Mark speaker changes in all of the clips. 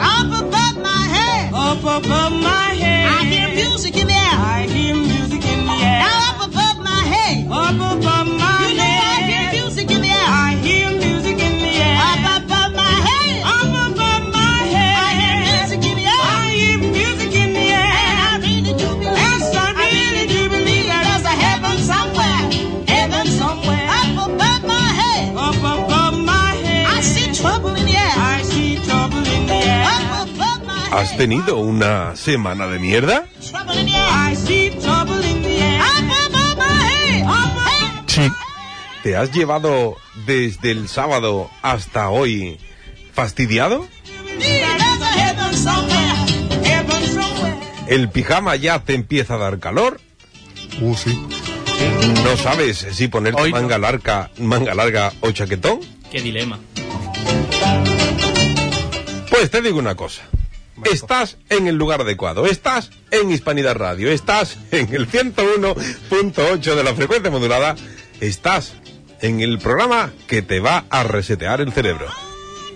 Speaker 1: Up above my head.
Speaker 2: Up above my head.
Speaker 1: I hear music in the air.
Speaker 2: I hear music in the air.
Speaker 1: Now up above my head.
Speaker 2: Up above my
Speaker 1: You know I
Speaker 2: head.
Speaker 1: hear music in the air.
Speaker 2: I hear music in the air.
Speaker 1: Up above my head.
Speaker 2: Up above my head.
Speaker 1: I hear music in the air.
Speaker 2: I hear music in the air.
Speaker 1: And I really do believe.
Speaker 2: Yes, I really do believe that
Speaker 1: there's a heaven somewhere.
Speaker 2: heaven somewhere.
Speaker 1: Up above my head.
Speaker 2: Up above my head.
Speaker 1: I see trouble in the air.
Speaker 2: I see trouble in the air.
Speaker 1: Up above my head.
Speaker 3: ¿Has tenido una semana de mierda?
Speaker 1: trouble in the air.
Speaker 2: I see trouble in the air.
Speaker 1: Up above my head. Up
Speaker 4: Sí.
Speaker 3: ¿Te has llevado desde el sábado hasta hoy fastidiado?
Speaker 1: above me. There's a heaven somewhere. Heaven somewhere.
Speaker 3: ¿El pijama ya te empieza a dar calor?
Speaker 4: Uh, sí.
Speaker 3: ¿No sabes si ponerte
Speaker 5: Hoy no.
Speaker 3: manga, larga, manga larga o chaquetón?
Speaker 5: Qué dilema.
Speaker 3: Pues te digo una cosa. Estás en el lugar adecuado, estás en Hispanidad Radio, estás en el 101.8 de la frecuencia modulada, estás en el programa que te va a resetear el cerebro.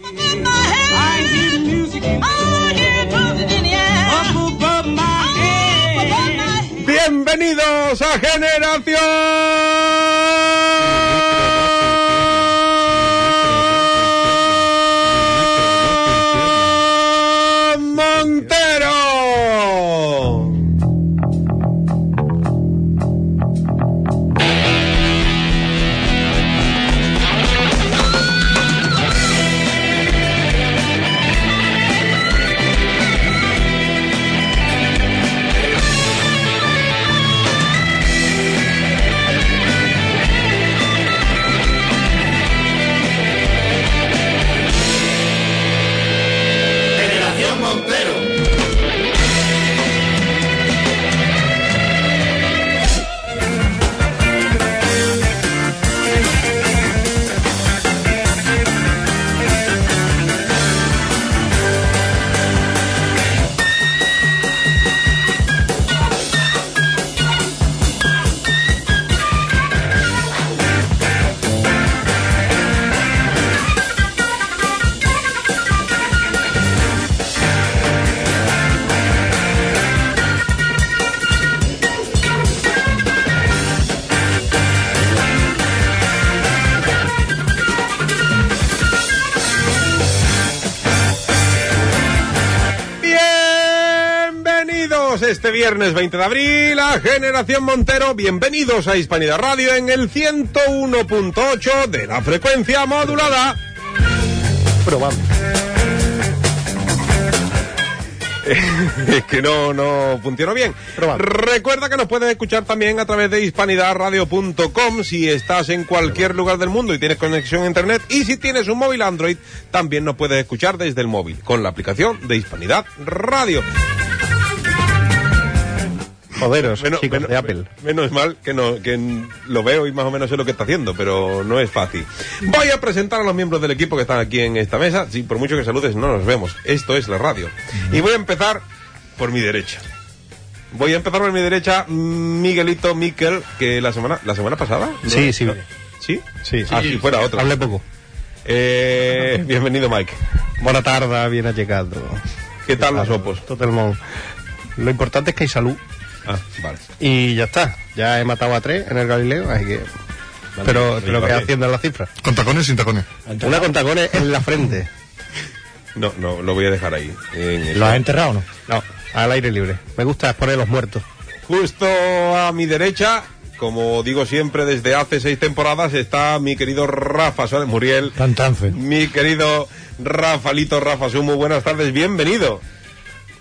Speaker 1: Up above my head.
Speaker 2: I hear music in the air.
Speaker 1: I hear music in the air.
Speaker 2: Up above my
Speaker 1: Up above
Speaker 2: head.
Speaker 1: my head.
Speaker 3: Bienvenidos a Generación Montero.
Speaker 6: Generación Montero.
Speaker 3: Bienvenidos este viernes 20 de abril a Generación Montero. Bienvenidos a Hispanidad Radio en el 101.8 de la frecuencia modulada.
Speaker 4: Probamos.
Speaker 3: Es que no, no funcionó bien.
Speaker 4: Probando.
Speaker 3: Recuerda que nos puedes escuchar también a través de hispanidadradio.com si estás en cualquier lugar del mundo y tienes conexión a internet. Y si tienes un móvil Android, también nos puedes escuchar desde el móvil con la aplicación de Hispanidad Radio.
Speaker 4: Joderos,
Speaker 3: Menos,
Speaker 4: chicos
Speaker 3: menos-
Speaker 4: de Apple.
Speaker 3: menos mal que, no, que n- lo veo y más o menos sé lo que está haciendo, pero no es fácil. Voy a presentar a los miembros del equipo que están aquí en esta mesa. Sí, por mucho que saludes, no nos vemos. Esto es la radio. Y voy a empezar por mi derecha. Voy a empezar por mi derecha, Miguelito Miquel, que la semana, la semana pasada. ¿no?
Speaker 4: Sí, sí.
Speaker 3: ¿Sí?
Speaker 4: Sí.
Speaker 7: Ah,
Speaker 3: Así fuera otro.
Speaker 4: Hablé poco.
Speaker 3: Eh, bienvenido, Mike.
Speaker 4: Buena tarde, bien allegado.
Speaker 3: ¿Qué tal los
Speaker 7: Pues-
Speaker 3: opos?
Speaker 4: Todo el mundo. Lo importante es que hay salud.
Speaker 3: Ah, vale.
Speaker 4: Y ya está. Ya he matado a tres en el Galileo, así que.
Speaker 7: pues,
Speaker 4: Pero lo que haciendo es la cifra.
Speaker 7: ¿Con tacones sin tacones?
Speaker 4: Una con tacones en la frente.
Speaker 3: No, no, lo voy a dejar ahí. en eso.
Speaker 8: ¿Lo has enterrado o no?
Speaker 4: No, al aire libre. Me gusta exponer los muertos.
Speaker 3: Justo a mi derecha, como digo siempre desde hace seis temporadas, está mi querido Rafa Suárez Muriel.
Speaker 8: Tan trance.
Speaker 3: Mi querido Rafalito Rafa Sumo, buenas tardes, bienvenido.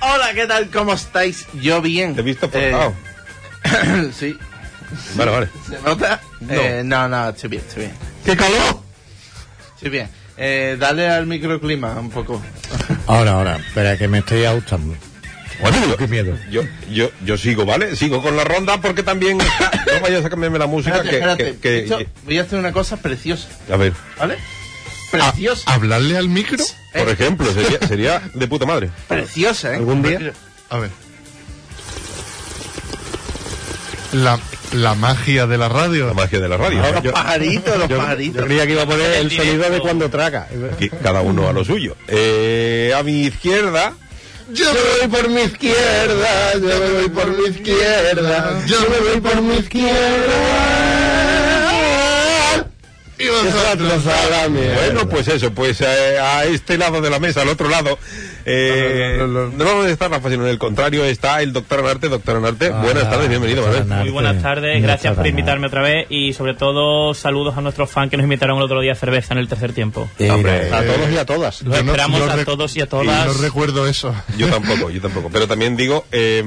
Speaker 9: Hola, ¿qué tal? ¿Cómo estáis? Yo bien.
Speaker 5: Eh.
Speaker 3: Te he visto portado.
Speaker 9: sí.
Speaker 3: Vale, vale.
Speaker 5: ¿Se nota?
Speaker 3: No.
Speaker 5: Eh, no, no, estoy bien, estoy bien.
Speaker 4: ¡Qué calor!
Speaker 5: Estoy bien. Eh, dale al microclima un poco.
Speaker 7: Ahora, ahora, espera, que me estoy ajustando.
Speaker 3: Bueno,
Speaker 7: Qué miedo.
Speaker 3: Yo, yo, yo sigo, ¿vale? Sigo con la ronda porque también. No vayas a cambiarme la música. que-
Speaker 5: Espérate, espérate.
Speaker 3: que- que-
Speaker 5: Esto- voy a hacer una cosa preciosa,
Speaker 3: a ver,
Speaker 5: ¿vale? Preciosa.
Speaker 7: ¿Hablarle al micro?
Speaker 5: Eh.
Speaker 3: por ejemplo, sería, sería de puta madre.
Speaker 5: Preciosa, ¿eh?
Speaker 4: ¿Algún día?
Speaker 7: A ver. La, la magia de la radio.
Speaker 3: La magia de la radio.
Speaker 5: Los
Speaker 3: Yo-
Speaker 5: pajaritos, los
Speaker 4: Yo
Speaker 5: pajaritos.
Speaker 4: creía que iba a poner el sonido de cuando traga.
Speaker 3: aquí, cada uno a lo suyo. Eh, a mi izquierda.
Speaker 4: Yo me voy por mi izquierda, yo me voy por mi izquierda, yo me voy por mi izquierda.
Speaker 7: Y vosotros.
Speaker 3: Bueno, pues eso, pues eh, a este lado de la mesa, al otro lado, eh,
Speaker 4: No,
Speaker 3: no,
Speaker 4: no, no, no.
Speaker 3: vamos a estar Rafa, sino en el contrario está el doctor Anarte. Doctor Anarte,
Speaker 4: Ah,
Speaker 3: buenas tardes, bienvenido, Manuel.
Speaker 8: Muy buenas tardes, gracias por invitarme otra vez y sobre todo saludos a nuestros fans que nos invitaron el otro día a cerveza en el tercer tiempo.
Speaker 7: Eh,
Speaker 3: Hombre,
Speaker 4: A todos y a todas.
Speaker 8: Los esperamos a todos y a todas.
Speaker 7: No recuerdo eso.
Speaker 3: yo tampoco, yo tampoco. Pero también digo, eh,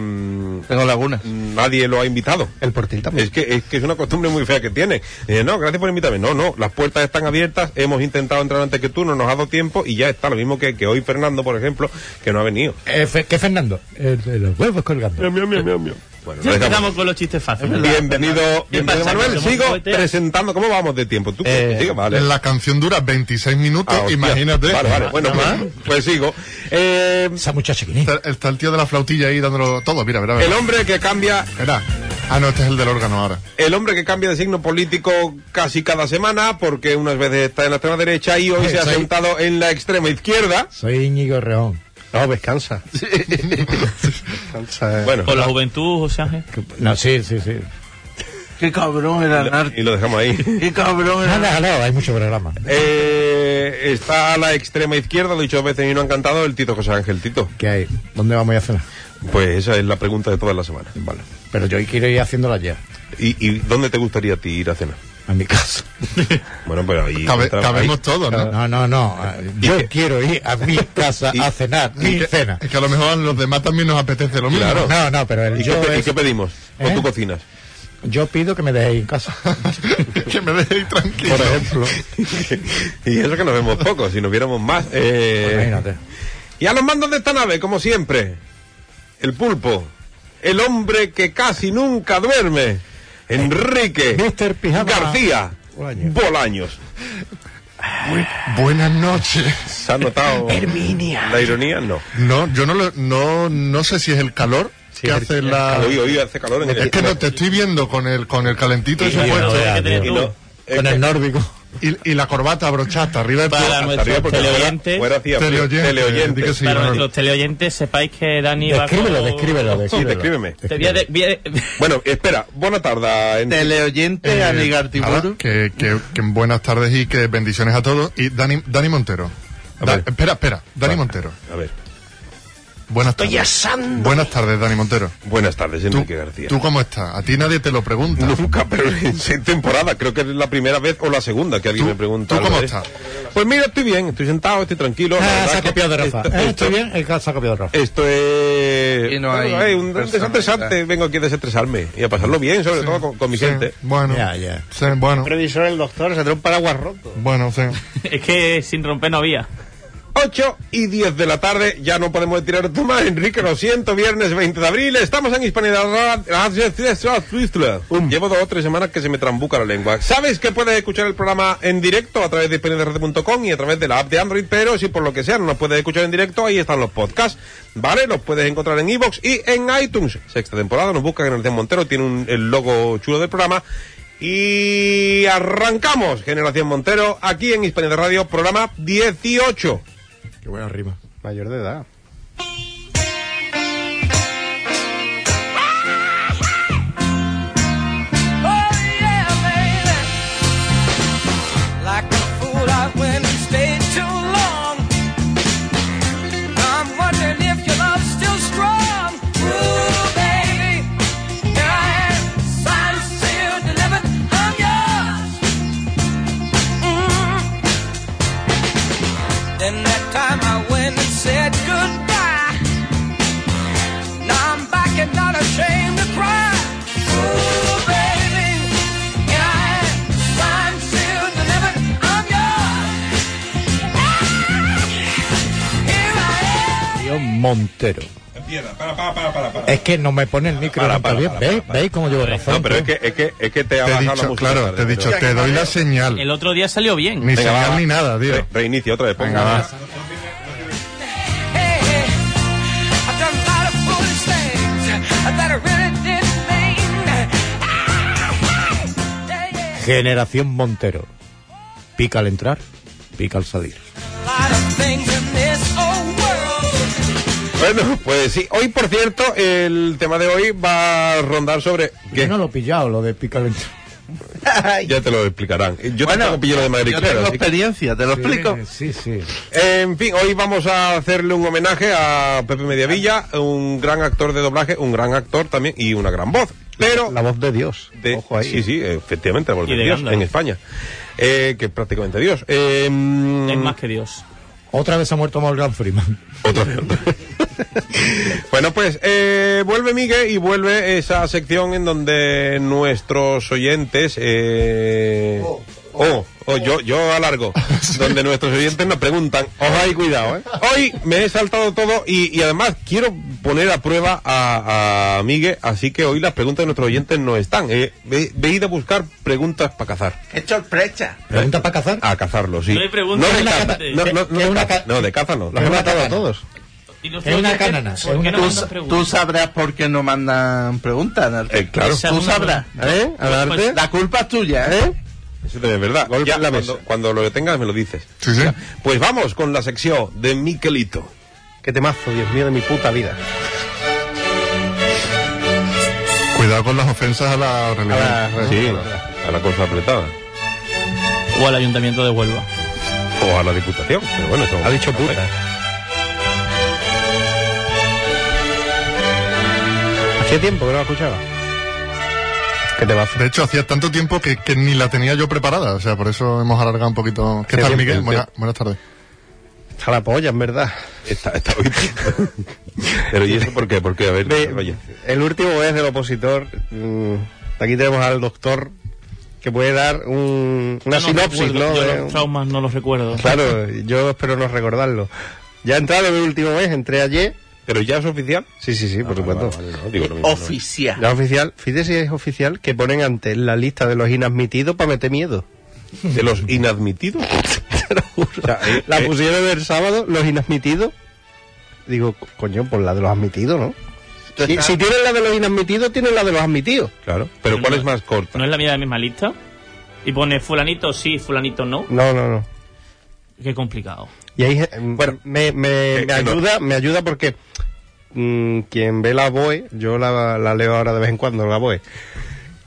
Speaker 5: Tengo lagunas.
Speaker 3: nadie lo ha invitado.
Speaker 4: El portil también.
Speaker 3: Es que, es que es una costumbre muy fea que tiene. Eh, no, gracias por invitarme. No, no, las puertas están abiertas, hemos intentado entrar antes que tú, no nos ha dado tiempo y ya está. Lo mismo que, que hoy Fernando, por ejemplo, que no ha venido.
Speaker 7: eh, ¿Qué Fernando? los huevos colgando.
Speaker 3: Bueno,
Speaker 8: Ya
Speaker 3: lo dejamos.
Speaker 8: empezamos con los chistes fáciles.
Speaker 3: Bienvenido, bienvenido
Speaker 8: pasa?
Speaker 3: Manuel.
Speaker 8: ¿Somos
Speaker 3: Sigo
Speaker 8: cohetes?
Speaker 3: presentando. ¿Cómo vamos de tiempo? ¿Tú
Speaker 4: Eh,
Speaker 3: sigue, vale.
Speaker 7: La canción dura 26 minutos,
Speaker 3: Ah, hostia.
Speaker 7: imagínate.
Speaker 3: Vale, vale. Bueno, pues, pues sigo. Eh,
Speaker 7: Esa muchacha que
Speaker 9: Está, está el tío de la flautilla ahí dándolo todo, mira, mira,
Speaker 3: el
Speaker 9: mira.
Speaker 3: hombre que cambia,
Speaker 9: Espera. Ah, no, este es el del órgano ahora.
Speaker 3: el hombre que cambia de signo político casi cada semana, porque unas veces está en la extrema derecha y hoy
Speaker 7: Sí,
Speaker 3: se ha
Speaker 7: soy-
Speaker 3: sentado en la extrema izquierda.
Speaker 7: Soy Íñigo Reón.
Speaker 4: No, descansa. Descansa. eh.
Speaker 3: Bueno,
Speaker 8: Con la juventud, José Ángel.
Speaker 7: No, sí, sí, sí.
Speaker 5: Qué cabrón era Narte.
Speaker 3: y lo dejamos ahí.
Speaker 5: Qué cabrón era
Speaker 7: Nada, nada, hay mucho programa.
Speaker 3: Eh, está a la extrema izquierda, lo he dicho dos veces y no han cantado el Tito José Ángel Tito.
Speaker 7: ¿Qué hay? ¿Dónde vamos a ir a cenar?
Speaker 3: Pues esa es la pregunta de todas las semanas. Vale.
Speaker 7: Pero yo quiero ir haciéndola ya,
Speaker 3: ¿Y, y dónde te gustaría a ti ir a cenar?
Speaker 7: a mi casa.
Speaker 3: Bueno, pero ahí.
Speaker 9: Cabe-
Speaker 3: entramos ahí.
Speaker 9: cabemos todos, ¿no?
Speaker 7: No, no, no. Yo quiero ir a mi casa a cenar mi cena.
Speaker 9: Es que a lo mejor a los demás también nos apetece lo mismo.
Speaker 3: Claro.
Speaker 7: No, no, pero el
Speaker 3: ¿Y,
Speaker 7: yo,
Speaker 3: qué, pe- y
Speaker 7: es-
Speaker 3: qué pedimos? ¿O
Speaker 7: ¿Eh?
Speaker 3: tú cocinas?
Speaker 7: yo pido que me dejéis en casa.
Speaker 9: que me dejéis tranquilo.
Speaker 7: Por ejemplo.
Speaker 3: y eso que nos vemos poco, si nos viéramos más. eh,
Speaker 7: Imagínate.
Speaker 3: Y a los mandos de esta nave, como siempre, el pulpo, el hombre que casi nunca duerme, Enrique
Speaker 7: Mr. Pijama.
Speaker 3: García
Speaker 7: Bolaños.
Speaker 3: Bolaños.
Speaker 9: Buenas noches.
Speaker 3: ¿Se ha notado la ironía? No.
Speaker 9: No, yo no, lo- no, no sé si es el calor que hace la...
Speaker 3: Hoy, hoy hace calor en el...
Speaker 9: Es que no, te estoy viendo con el, con el calentito ese
Speaker 8: Y
Speaker 9: puesto
Speaker 8: ahora, ¿qué
Speaker 7: ya,
Speaker 8: tenés
Speaker 3: y
Speaker 8: tú?
Speaker 3: no- es
Speaker 7: Con
Speaker 3: que-
Speaker 7: el nórdico.
Speaker 9: y, y la corbata abrochada arriba del
Speaker 8: Para
Speaker 9: todo.
Speaker 3: hasta
Speaker 8: nuestros
Speaker 3: arriba porque fuera-
Speaker 8: teleoyentes.
Speaker 3: fuera hacía frío.
Speaker 9: Teleoyente,
Speaker 3: Teleoyente.
Speaker 9: di que sí,
Speaker 8: Para
Speaker 9: Manuel.
Speaker 8: nuestros teleoyentes, sepáis que Dani va con-
Speaker 7: Descríbelo, descríbelo,
Speaker 3: Sí,
Speaker 7: descríbelo.
Speaker 3: descríbeme.
Speaker 8: Te voy a de- voy a-
Speaker 3: Bueno, espera, buena tarde, Enrique.
Speaker 5: Teleoyente
Speaker 9: Eh,
Speaker 5: Anigartiburu.
Speaker 9: nada, que, que, que buenas tardes y que bendiciones a todos. Y Dani, Dani Montero.
Speaker 3: A
Speaker 9: Da-
Speaker 3: ver.
Speaker 9: espera, espera. Dani Montero.
Speaker 3: A ver,
Speaker 9: Buenas tardes. Buenas tardes, Dani Montero.
Speaker 3: buenas tardes,
Speaker 9: ¿Tú,
Speaker 3: Enrique García.
Speaker 9: ¿Tú cómo estás? A ti nadie te lo pregunta.
Speaker 3: Nunca, pero en seis temporadas. Creo que es la primera vez o la segunda que alguien
Speaker 9: ¿Tú-
Speaker 3: me pregunta.
Speaker 9: tú
Speaker 3: algo
Speaker 9: cómo
Speaker 3: de
Speaker 9: estás?
Speaker 3: esto. Pues mira, estoy bien, estoy sentado, estoy tranquilo. la
Speaker 7: Ah,
Speaker 3: verdad
Speaker 7: se ha
Speaker 3: que
Speaker 7: copiado de Rafa.
Speaker 3: Esto,
Speaker 7: Eh,
Speaker 3: esto-
Speaker 7: estoy bien, el que se ha copiado de Rafa.
Speaker 3: esto es.
Speaker 5: Y no hay
Speaker 3: Bueno, eh, un
Speaker 5: personalidad.
Speaker 3: desestresante. Vengo aquí a desestresarme y a pasarlo bien, sobre todo con, con mi
Speaker 9: Sí,
Speaker 3: gente.
Speaker 9: Bueno,
Speaker 7: Ya, ya.
Speaker 9: sí, bueno,
Speaker 4: Previsor el doctor, se trae un paraguas roto.
Speaker 9: bueno, sí.
Speaker 8: es que sin romper no había.
Speaker 3: 8 y 10 de la tarde, ya no podemos tirar tu más, Enrique, lo siento, viernes 20 de abril, estamos en Hispanidad Radio. Llevo dos o tres semanas que se me trambuca la lengua. Sabes que puedes escuchar el programa en directo a través de hispanidadradio.com y a través de la app de Android, pero si por lo que sea no nos puedes escuchar en directo, ahí están los podcasts, ¿vale? Los puedes encontrar en iVoox y en iTunes. Sexta temporada, nos buscan en el de Montero, tiene un- el logo chulo del programa. Y arrancamos, Generación Montero, aquí en Hispanidad Radio, programa 18.
Speaker 7: Qué buena rima.
Speaker 4: Mayor de edad.
Speaker 2: Like a fool, I went and stayed too long. I'm wondering if your love's still strong. Ooh, baby, here I am, signed, sealed, delivered. I'm yours. Mm. Then that time I went and said goodbye. Now I'm back and not ashamed to cry. Ooh, baby.
Speaker 7: Montero.
Speaker 3: Empieza, para, para, para, para. para.
Speaker 7: Es que no me pone el micro
Speaker 3: Para,
Speaker 7: nunca
Speaker 3: para,
Speaker 7: bien.
Speaker 3: para,
Speaker 7: ¿Veis?
Speaker 3: para, para.
Speaker 7: ¿Veis cómo llevo razón?
Speaker 3: No, pero es
Speaker 7: tú?
Speaker 3: que, es que, es que te ha
Speaker 9: Te he
Speaker 3: bajado la
Speaker 9: dicho,
Speaker 3: música.
Speaker 9: claro,
Speaker 3: tarde,
Speaker 9: te he
Speaker 3: pero-
Speaker 9: dicho, te doy la señal.
Speaker 8: El otro día salió bien.
Speaker 9: Ni
Speaker 3: Venga,
Speaker 9: señal
Speaker 3: va.
Speaker 9: ni nada, tío.
Speaker 3: Re- Reinicia otra vez. ponga.
Speaker 9: Venga, va.
Speaker 2: Hey, hey, I've done a lot of foolish things that I really didn't mean. Ah, yeah, yeah.
Speaker 7: Generación Montero. Pica al entrar, pica al salir.
Speaker 2: A lot of things in this old world.
Speaker 3: Bueno, pues sí. Hoy, por cierto, el tema de hoy va a rondar sobre. ¿Qué?
Speaker 7: Yo no lo he pillado, lo de pica al entrar.
Speaker 3: Ya te lo explicarán. Yo tampoco pillo lo de Madrid,
Speaker 5: Yo
Speaker 3: claro,
Speaker 5: tengo
Speaker 3: así que-
Speaker 5: experiencia, te lo explico.
Speaker 7: Sí, sí.
Speaker 3: En fin, hoy vamos a hacerle un homenaje a Pepe Mediavilla, un gran actor de doblaje, un gran actor también y una gran voz. Pero
Speaker 4: La voz de Dios.
Speaker 3: de-
Speaker 4: Ojo ahí.
Speaker 9: eh.
Speaker 3: Sí, sí, efectivamente, la voz
Speaker 8: Y
Speaker 3: de
Speaker 8: de
Speaker 3: Dios
Speaker 8: Gandalf.
Speaker 3: en España. Eh, que prácticamente Dios. Eh, mm,
Speaker 8: Es más que Dios.
Speaker 7: Otra vez ha muerto Morgan Freeman.
Speaker 3: otra vez. bueno, pues eh, vuelve Miguel y vuelve esa sección en donde nuestros oyentes. Eh, oh, oh, yo, yo alargo. Donde nuestros oyentes nos preguntan. Ojo ahí, cuidado, ¿eh? Hoy me he saltado todo y, y además quiero poner a prueba a, a Miguel, así que hoy las preguntas de nuestros oyentes no están. Eh, he, he ido a buscar preguntas para cazar.
Speaker 5: Qué sorpresa.
Speaker 7: ¿Pregunta para cazar?
Speaker 3: A cazarlo, sí.
Speaker 8: No hay preguntas.
Speaker 3: No de
Speaker 8: Es una
Speaker 3: caza,
Speaker 8: cata-
Speaker 3: no, no, no
Speaker 7: es
Speaker 3: de
Speaker 7: una
Speaker 3: caza-
Speaker 7: ca-
Speaker 3: no, de caza no.
Speaker 7: Es una
Speaker 4: Matado a
Speaker 7: canana.
Speaker 4: todos.
Speaker 8: Y los
Speaker 7: Es una
Speaker 8: oyentes,
Speaker 7: canana, es
Speaker 8: ¿Por
Speaker 7: una
Speaker 8: qué no
Speaker 7: canana.
Speaker 5: Tú,
Speaker 8: mandan
Speaker 5: tú
Speaker 8: preguntas?
Speaker 5: sabrás por qué no mandan preguntas. Narciso.
Speaker 3: Eh, claro.
Speaker 8: Esa-
Speaker 5: Tú sabrás, ¿eh?
Speaker 4: A darte.
Speaker 8: Pues-
Speaker 5: La culpa es tuya, ¿eh?
Speaker 3: Eso también es verdad.
Speaker 4: Golpe
Speaker 3: Ya,
Speaker 4: en la
Speaker 3: cuando,
Speaker 4: mesa.
Speaker 3: cuando lo tengas me lo dices.
Speaker 9: Sí, sí.
Speaker 3: Pues vamos con la sección de Miquelito.
Speaker 4: Qué temazo, Dios mío, de mi puta vida.
Speaker 9: Cuidado con las ofensas a la religión.
Speaker 4: A la-
Speaker 3: Sí, a la cosa apretada.
Speaker 8: O al ayuntamiento de Huelva.
Speaker 3: O a la diputación. Pero bueno, eso-
Speaker 4: Ha dicho puta. Hacía tiempo que no la escuchaba. ¿Qué te va a hacer?
Speaker 9: De hecho, hacía tanto tiempo que, que ni la tenía yo preparada. O sea, por eso hemos alargado un poquito. ¿Qué
Speaker 4: Qué
Speaker 9: tal,
Speaker 4: bien,
Speaker 9: Miguel?
Speaker 4: bien,
Speaker 9: Buena- buenas tardes.
Speaker 4: Está la polla, en verdad.
Speaker 3: Está, está hoy pico. Pero ¿y eso por qué? Porque, a ver,
Speaker 4: Ve,
Speaker 3: oye,
Speaker 4: Eh, el último es del opositor. Mm, Aquí tenemos al doctor que puede dar un- una
Speaker 8: Yo no
Speaker 4: sinopsis,
Speaker 8: recuerdo,
Speaker 4: ¿no? Eh,
Speaker 8: Yo
Speaker 4: De-
Speaker 8: los traumas no los recuerdo.
Speaker 4: Claro, yo espero no recordarlo. Ya he entrado el último mes, entré ayer.
Speaker 3: ¿Pero ya es oficial?
Speaker 4: Sí, sí, sí, por supuesto.
Speaker 3: Ah, Vale, no, digo lo mismo, no.
Speaker 5: Oficial.
Speaker 4: Ya oficial, fíjate si es oficial que ponen antes la lista de los inadmitidos para meter miedo.
Speaker 3: De los inadmitidos.
Speaker 4: Te lo juro.
Speaker 3: sea, eh,
Speaker 4: la
Speaker 3: eh.
Speaker 4: pusieron el sábado, los inadmitidos. Digo, co- coño, pues la de los admitidos, ¿no?
Speaker 5: Tú
Speaker 4: Si,
Speaker 5: estás-
Speaker 4: si tienen la de los inadmitidos, tienen la de los admitidos.
Speaker 3: Claro. Pero ¿cuál es más corta?
Speaker 8: ¿No es la mía la misma lista? Y pone fulanito sí, fulanito no.
Speaker 4: No, no, no.
Speaker 8: Qué complicado.
Speaker 4: Y ahí, eh, bueno, me, me-
Speaker 3: eh,
Speaker 4: me
Speaker 3: eh, no.
Speaker 4: ayuda, me ayuda porque mm, quien ve la BOE, yo la, la leo ahora de vez en cuando, la BOE.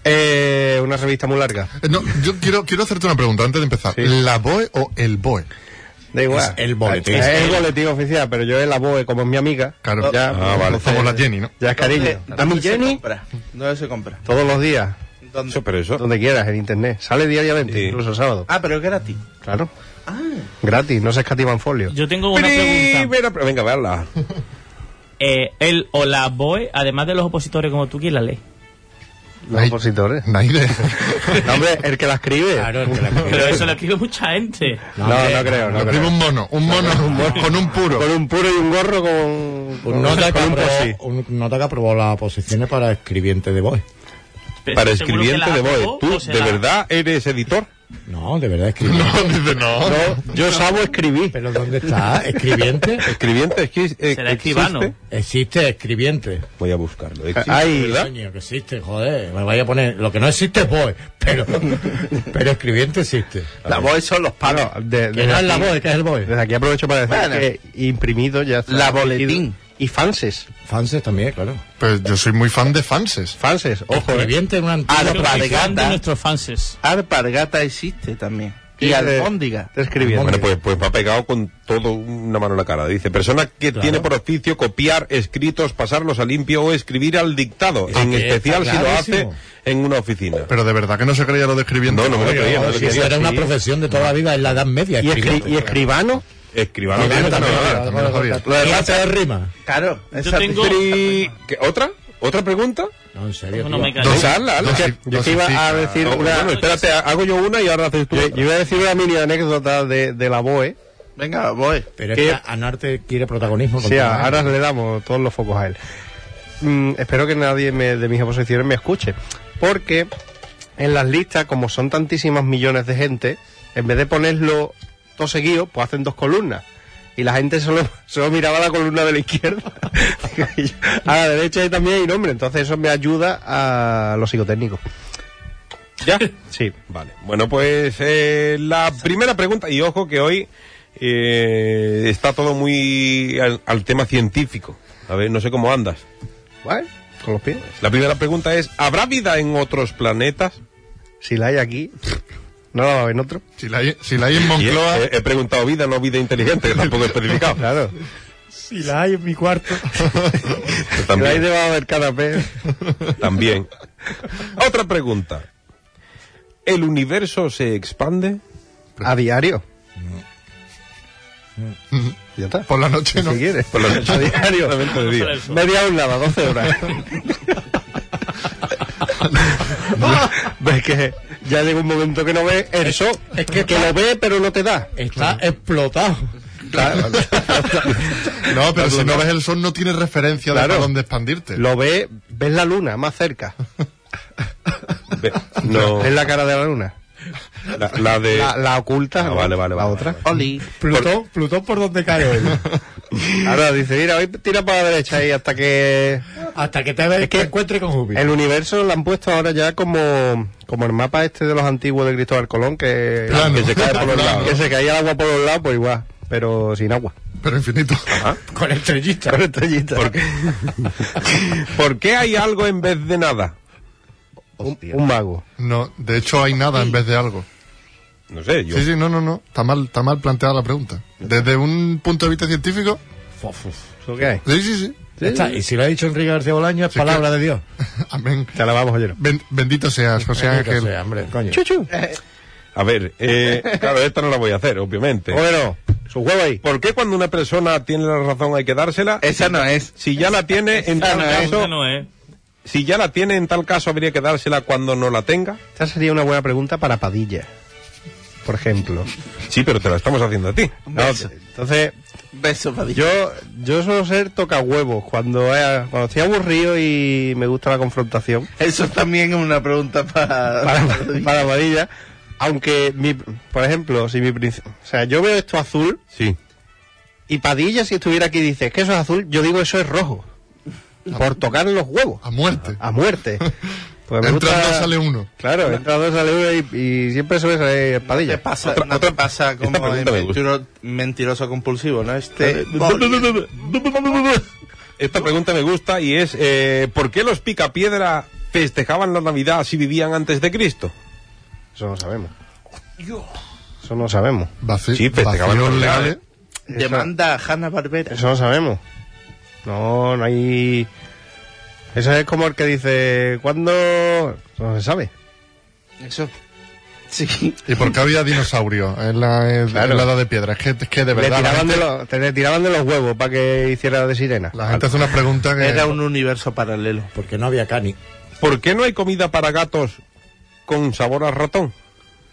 Speaker 4: Eh, una revista muy larga.
Speaker 9: Eh, no, yo quiero, quiero hacerte una pregunta antes de empezar.
Speaker 4: Sí.
Speaker 9: ¿La BOE o el BOE?
Speaker 4: Da igual.
Speaker 7: Es el boletín.
Speaker 4: Es el boletín oficial, pero yo es la BOE, como es mi amiga.
Speaker 9: Claro.
Speaker 4: Ya,
Speaker 3: Ah, vale.
Speaker 9: Como la Jenny, ¿no?
Speaker 4: Ya es cariño.
Speaker 5: ¿Dónde-
Speaker 4: A mi
Speaker 5: dónde se
Speaker 4: Jenny,
Speaker 5: compra? ¿Dónde se compra?
Speaker 4: todos los días.
Speaker 5: ¿Dónde?
Speaker 3: Eso, pero eso.
Speaker 4: Donde quieras, en internet. Sale diariamente,
Speaker 3: Sí.
Speaker 4: incluso el sábado.
Speaker 5: Ah, pero es gratis.
Speaker 4: Claro. Gratis, no se escatiman folio.
Speaker 8: Yo tengo una pregunta.
Speaker 3: Primera pre- Venga, veanla.
Speaker 8: Eh, el o la BOE, además de los opositores como tú, ¿quién la lee?
Speaker 4: Los
Speaker 9: Ay.
Speaker 4: opositores.
Speaker 9: Naide.
Speaker 4: No, hombre, el que la escribe.
Speaker 8: Ah,
Speaker 7: Claro, el que la escribe.
Speaker 8: Pero eso lo escribe mucha gente.
Speaker 4: No, no creo, no
Speaker 9: Lo escribe
Speaker 4: creo.
Speaker 9: un mono. Un mono con un puro.
Speaker 4: Con un puro y un gorro con...
Speaker 7: Un nota, que
Speaker 4: con un posi.
Speaker 7: aprobó, un nota que aprobó las posiciones para escribiente de voz.
Speaker 8: Pero
Speaker 3: Para
Speaker 8: seguro que
Speaker 3: escribiente
Speaker 8: la
Speaker 3: de BOE.
Speaker 8: aprobó
Speaker 3: ¿Tú
Speaker 8: o se
Speaker 3: de
Speaker 8: la-
Speaker 3: verdad eres editor?
Speaker 7: No, de verdad escribiente.
Speaker 9: No, dice no.
Speaker 4: No, yo sabo escribir.
Speaker 7: Pero ¿dónde está? ¿Escribiente?
Speaker 3: Escribiente, es que. eh,
Speaker 8: Será escribano.
Speaker 3: existe.
Speaker 7: Existe escribiente.
Speaker 3: Voy a buscarlo. existe,
Speaker 4: Ay,
Speaker 3: ¿verdad?
Speaker 7: Coño, que existe, joder. Me vaya a poner. Lo que no existe es voz, pero, pero escribiente existe.
Speaker 5: La voz son los palos.
Speaker 4: Bueno, de-
Speaker 7: Que
Speaker 4: desde,
Speaker 7: no es la
Speaker 4: aquí,
Speaker 7: voz, que es el voz.
Speaker 4: desde aquí aprovecho para decir
Speaker 5: Bueno.
Speaker 4: que imprimido ya está
Speaker 5: La
Speaker 4: emitido.
Speaker 5: boletín.
Speaker 4: Y fanses.
Speaker 7: Fanses también, claro.
Speaker 9: Pues yo soy muy fan de fanses.
Speaker 4: Fanses, ojo. eh.
Speaker 7: Escribiente es una antigua
Speaker 3: Ah,
Speaker 5: Alpargata.
Speaker 8: Fan de nuestros fanses.
Speaker 5: Alpargata existe también. Y,
Speaker 3: eh,
Speaker 4: de-
Speaker 5: albóndiga.
Speaker 4: de escribiendo.
Speaker 3: Bueno, pues, pues va pegado con todo una mano en la cara. Dice, persona que tiene por oficio copiar escritos, pasarlos a limpio o escribir al dictado, en
Speaker 7: Ah, que
Speaker 3: especial
Speaker 7: está
Speaker 3: si lo hace
Speaker 7: clarísimo.
Speaker 3: en una oficina.
Speaker 9: Pero de verdad que no se creía lo de escribiendo.
Speaker 3: No, no me lo creía, no me lo
Speaker 7: Si
Speaker 3: creía.
Speaker 7: eso era una
Speaker 4: sí.
Speaker 7: profesión de toda la vida en la Edad Media.
Speaker 4: y, escri-
Speaker 7: escribiente.
Speaker 4: y escribano,
Speaker 3: Escribano
Speaker 7: Claro,
Speaker 3: directo,
Speaker 7: también,
Speaker 3: no,
Speaker 7: claro,
Speaker 3: nada.
Speaker 9: también lo sabía.
Speaker 7: claro. Y hacer rima.
Speaker 5: Claro.
Speaker 8: Yo tengo.
Speaker 3: Tri- ¿Qué? ¿Otra? ¿Otra pregunta?
Speaker 7: No, en serio.
Speaker 8: No
Speaker 7: tío.
Speaker 8: me callo.
Speaker 9: Dos-
Speaker 3: Pues hazla, hazla.
Speaker 9: dos-
Speaker 3: Que-
Speaker 4: yo
Speaker 9: dos
Speaker 4: que iba
Speaker 9: cifras.
Speaker 4: a decir
Speaker 3: No,
Speaker 4: una...
Speaker 3: bueno, espérate, hago yo una y ahora haces tú.
Speaker 4: Yo,
Speaker 3: otra.
Speaker 4: yo iba a decir una mini anécdota de, de la BOE,
Speaker 5: Venga, voy.
Speaker 10: Pero es
Speaker 7: ¿Qué?
Speaker 10: que Anarte quiere protagonismo. ¿eh?
Speaker 7: Sí,
Speaker 10: continuamente.
Speaker 7: ahora le damos todos los focos a él. Mm, espero que nadie me- de mis oposiciones me escuche, porque en las listas, como son tantísimas millones de gente, en vez de ponerlo todo seguido, pues hacen dos columnas. Y la gente solo, solo miraba la columna de la izquierda. Y yo, a la derecha y también hay nombre. Entonces eso me ayuda a los psicotécnicos.
Speaker 3: ¿Ya?
Speaker 7: Sí.
Speaker 3: Vale. Bueno, pues eh, la primera pregunta, y ojo que hoy eh, está todo muy al, al tema científico. A ver, no sé cómo andas.
Speaker 7: ¿Vale? Con los pies.
Speaker 3: La primera pregunta es, ¿habrá vida en otros planetas?
Speaker 7: Si la hay aquí, no la va a haber en otro.
Speaker 9: Si la hay, si la hay en
Speaker 3: Y he-
Speaker 9: Moncloa,
Speaker 3: he, he preguntado vida, no vida inteligente, que tampoco he especificado.
Speaker 7: Claro.
Speaker 10: Si la hay en mi cuarto.
Speaker 3: Pues
Speaker 7: Si la hay
Speaker 3: también,
Speaker 7: debajo del canapé.
Speaker 3: también. Otra pregunta. ¿El universo se expande?
Speaker 7: A diario. Mm. Ya está.
Speaker 9: por la noche no.
Speaker 7: Si quieres.
Speaker 3: Por la noche.
Speaker 7: A diario.
Speaker 3: Solamente de día.
Speaker 7: Media lado, 12 horas. ves que ya llega un momento que no ves el sol.
Speaker 10: es que
Speaker 7: que
Speaker 10: está-
Speaker 7: lo ve pero no te da.
Speaker 10: Está explotado.
Speaker 7: Claro.
Speaker 9: No, pero si no ves el sol no tienes referencia de
Speaker 7: Claro.
Speaker 9: para dónde expandirte.
Speaker 7: Lo ve, ves la luna más cerca.
Speaker 3: Ve- No,
Speaker 7: Ves la cara de la luna.
Speaker 3: la, la de...
Speaker 7: La, la oculta.
Speaker 3: Ah, vale, vale,
Speaker 7: La
Speaker 3: vale,
Speaker 7: otra.
Speaker 5: Oli.
Speaker 10: Plutón, Plutón por donde cae hoy.
Speaker 7: Ahora dice, mira, hoy tira para la derecha ahí hasta que
Speaker 10: Hasta que te, ve-
Speaker 7: Es que-
Speaker 10: te encuentre con Júpiter.
Speaker 7: El universo lo han puesto ahora ya como, como el mapa este de los antiguos de Cristóbal Colón, que,
Speaker 9: Plano.
Speaker 7: que se cae por los
Speaker 9: Plano.
Speaker 7: lados. Que se caía el agua por los lados, pues igual, pero sin agua.
Speaker 9: Pero infinito.
Speaker 10: Con estrellitas.
Speaker 7: Con estrellitas.
Speaker 3: ¿Por qué? ¿Por qué hay algo en vez de nada?
Speaker 7: Un, un mago.
Speaker 9: No, de hecho hay nada en vez de algo.
Speaker 3: No sé, yo...
Speaker 9: Sí, sí, no, no, no. Está mal, está mal planteada la pregunta. Desde un punto de vista científico,
Speaker 7: ¿Eso qué hay?
Speaker 9: sí, sí, sí.
Speaker 10: Ya está, Y si lo ha dicho Enrique García Bolaño, es palabra de Dios.
Speaker 9: Amén.
Speaker 7: Te la vamos, oyeron.
Speaker 9: Ben- bendito seas, José
Speaker 10: Bendito
Speaker 9: Ángel.
Speaker 10: sea, hombre, coño.
Speaker 7: Chuchu.
Speaker 3: A ver, eh, claro, esta no la voy a hacer, obviamente.
Speaker 7: Bueno, su huevo ahí.
Speaker 3: ¿Por qué cuando una persona tiene la razón hay que dársela? Eh,
Speaker 5: Esa no es.
Speaker 3: Si ya la tiene, en tal
Speaker 5: no es,
Speaker 3: caso,
Speaker 8: Eso no es.
Speaker 3: si ya la tiene, en tal caso habría que dársela cuando no la tenga.
Speaker 7: Esta sería una buena pregunta para Padilla, por ejemplo.
Speaker 3: Sí, pero te la estamos haciendo a ti.
Speaker 7: No, entonces,
Speaker 5: Beso para
Speaker 7: yo, yo suelo ser toca huevos cuando, eh, cuando estoy aburrido y me gusta la confrontación.
Speaker 5: Eso también es una pregunta para.
Speaker 7: para, para amarilla. Aunque, mi, por ejemplo, si mi princi- O sea, yo veo esto azul
Speaker 3: Sí.
Speaker 7: y Padilla, si estuviera aquí, dice que eso es azul, yo digo eso es rojo. Por tocar los huevos.
Speaker 9: A muerte.
Speaker 7: A muerte. Pues Ah, me gusta-
Speaker 9: Entrando sale uno.
Speaker 7: Claro, entra dos, sale uno y, y siempre suele salir
Speaker 5: ¿Qué
Speaker 7: Padilla.
Speaker 5: pasa? no te pasa como
Speaker 3: esta pregunta
Speaker 5: en
Speaker 3: me gusta.
Speaker 5: mentiro- mentiroso compulsivo, ¿no? Este.
Speaker 3: Esta pregunta me gusta y es, eh, ¿por qué los picapiedra festejaban la Navidad si vivían antes de Cristo?
Speaker 7: Eso no sabemos. Eso no sabemos.
Speaker 9: Vaci-
Speaker 3: Sí, festejaban
Speaker 9: vacíos
Speaker 3: la Navidad,
Speaker 9: legales.
Speaker 5: Demanda a Hanna Barbera.
Speaker 7: Eso no sabemos. No, no hay. Eso es como el que dice, ¿cuándo? No se sabe.
Speaker 5: Eso. Sí.
Speaker 9: ¿Y por qué había dinosaurios en la, en- en
Speaker 7: Claro.
Speaker 9: la edad de piedra? Es que, es que de
Speaker 7: Le
Speaker 9: verdad la
Speaker 7: tiraban
Speaker 9: gente,
Speaker 7: de, los, te- le tiraban de los huevos para que hiciera de sirena. Ah,
Speaker 9: la gente hace una pregunta que...
Speaker 5: Era un universo paralelo.
Speaker 10: Porque no había cani.
Speaker 3: ¿Por qué no hay comida para gatos con sabor a ratón?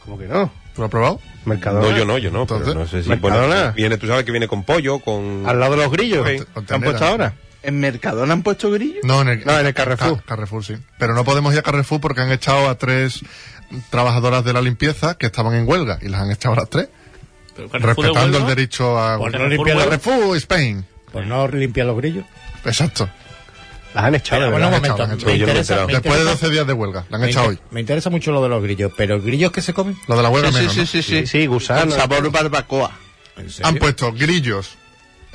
Speaker 7: ¿Cómo que no?
Speaker 9: ¿Tú lo has probado?
Speaker 7: Mercadona.
Speaker 3: No, yo no, yo no. pero
Speaker 9: Entonces,
Speaker 3: no sé si,
Speaker 7: Mercadona.
Speaker 3: bueno, viene, tú sabes que viene con pollo, con...
Speaker 7: Al lado de los grillos.
Speaker 3: Sí.
Speaker 7: ¿Qué han puesto ahora?
Speaker 5: ¿En Mercadona han puesto grillo?
Speaker 9: No, en el,
Speaker 7: No, en el Carrefour.
Speaker 9: Ca- Carrefour, sí. Pero no podemos ir a Carrefour porque han echado a tres trabajadoras de la limpieza que estaban en huelga y las han echado a las tres,
Speaker 8: Pero Carrefour de
Speaker 9: respetando el
Speaker 8: Huelva,
Speaker 9: derecho a...
Speaker 8: Por
Speaker 9: huelga.
Speaker 8: no limpiar la-
Speaker 9: Carrefour Spain.
Speaker 10: Por Pues no limpiar los grillos.
Speaker 9: Exacto.
Speaker 7: Las han echado.
Speaker 10: Pero
Speaker 7: de
Speaker 10: bueno, un
Speaker 7: verdad.
Speaker 9: han echado,
Speaker 10: momento.
Speaker 9: han echado.
Speaker 10: Me
Speaker 3: Yo no me he
Speaker 10: interesa-
Speaker 3: enterado.
Speaker 10: me
Speaker 9: Después de
Speaker 10: interesa-
Speaker 9: 12 días de huelga. La han
Speaker 10: me
Speaker 9: echado hoy.
Speaker 10: inter- Me interesa mucho lo de los grillos, pero grillos que se comen.
Speaker 9: Lo de la huelga
Speaker 5: Sí, sí,
Speaker 9: menos,
Speaker 5: sí,
Speaker 9: ¿no?
Speaker 5: sí, sí.
Speaker 7: Sí, sí, gusano.
Speaker 5: Sabor barbacoa.
Speaker 10: ¿En serio?
Speaker 9: Han puesto grillos,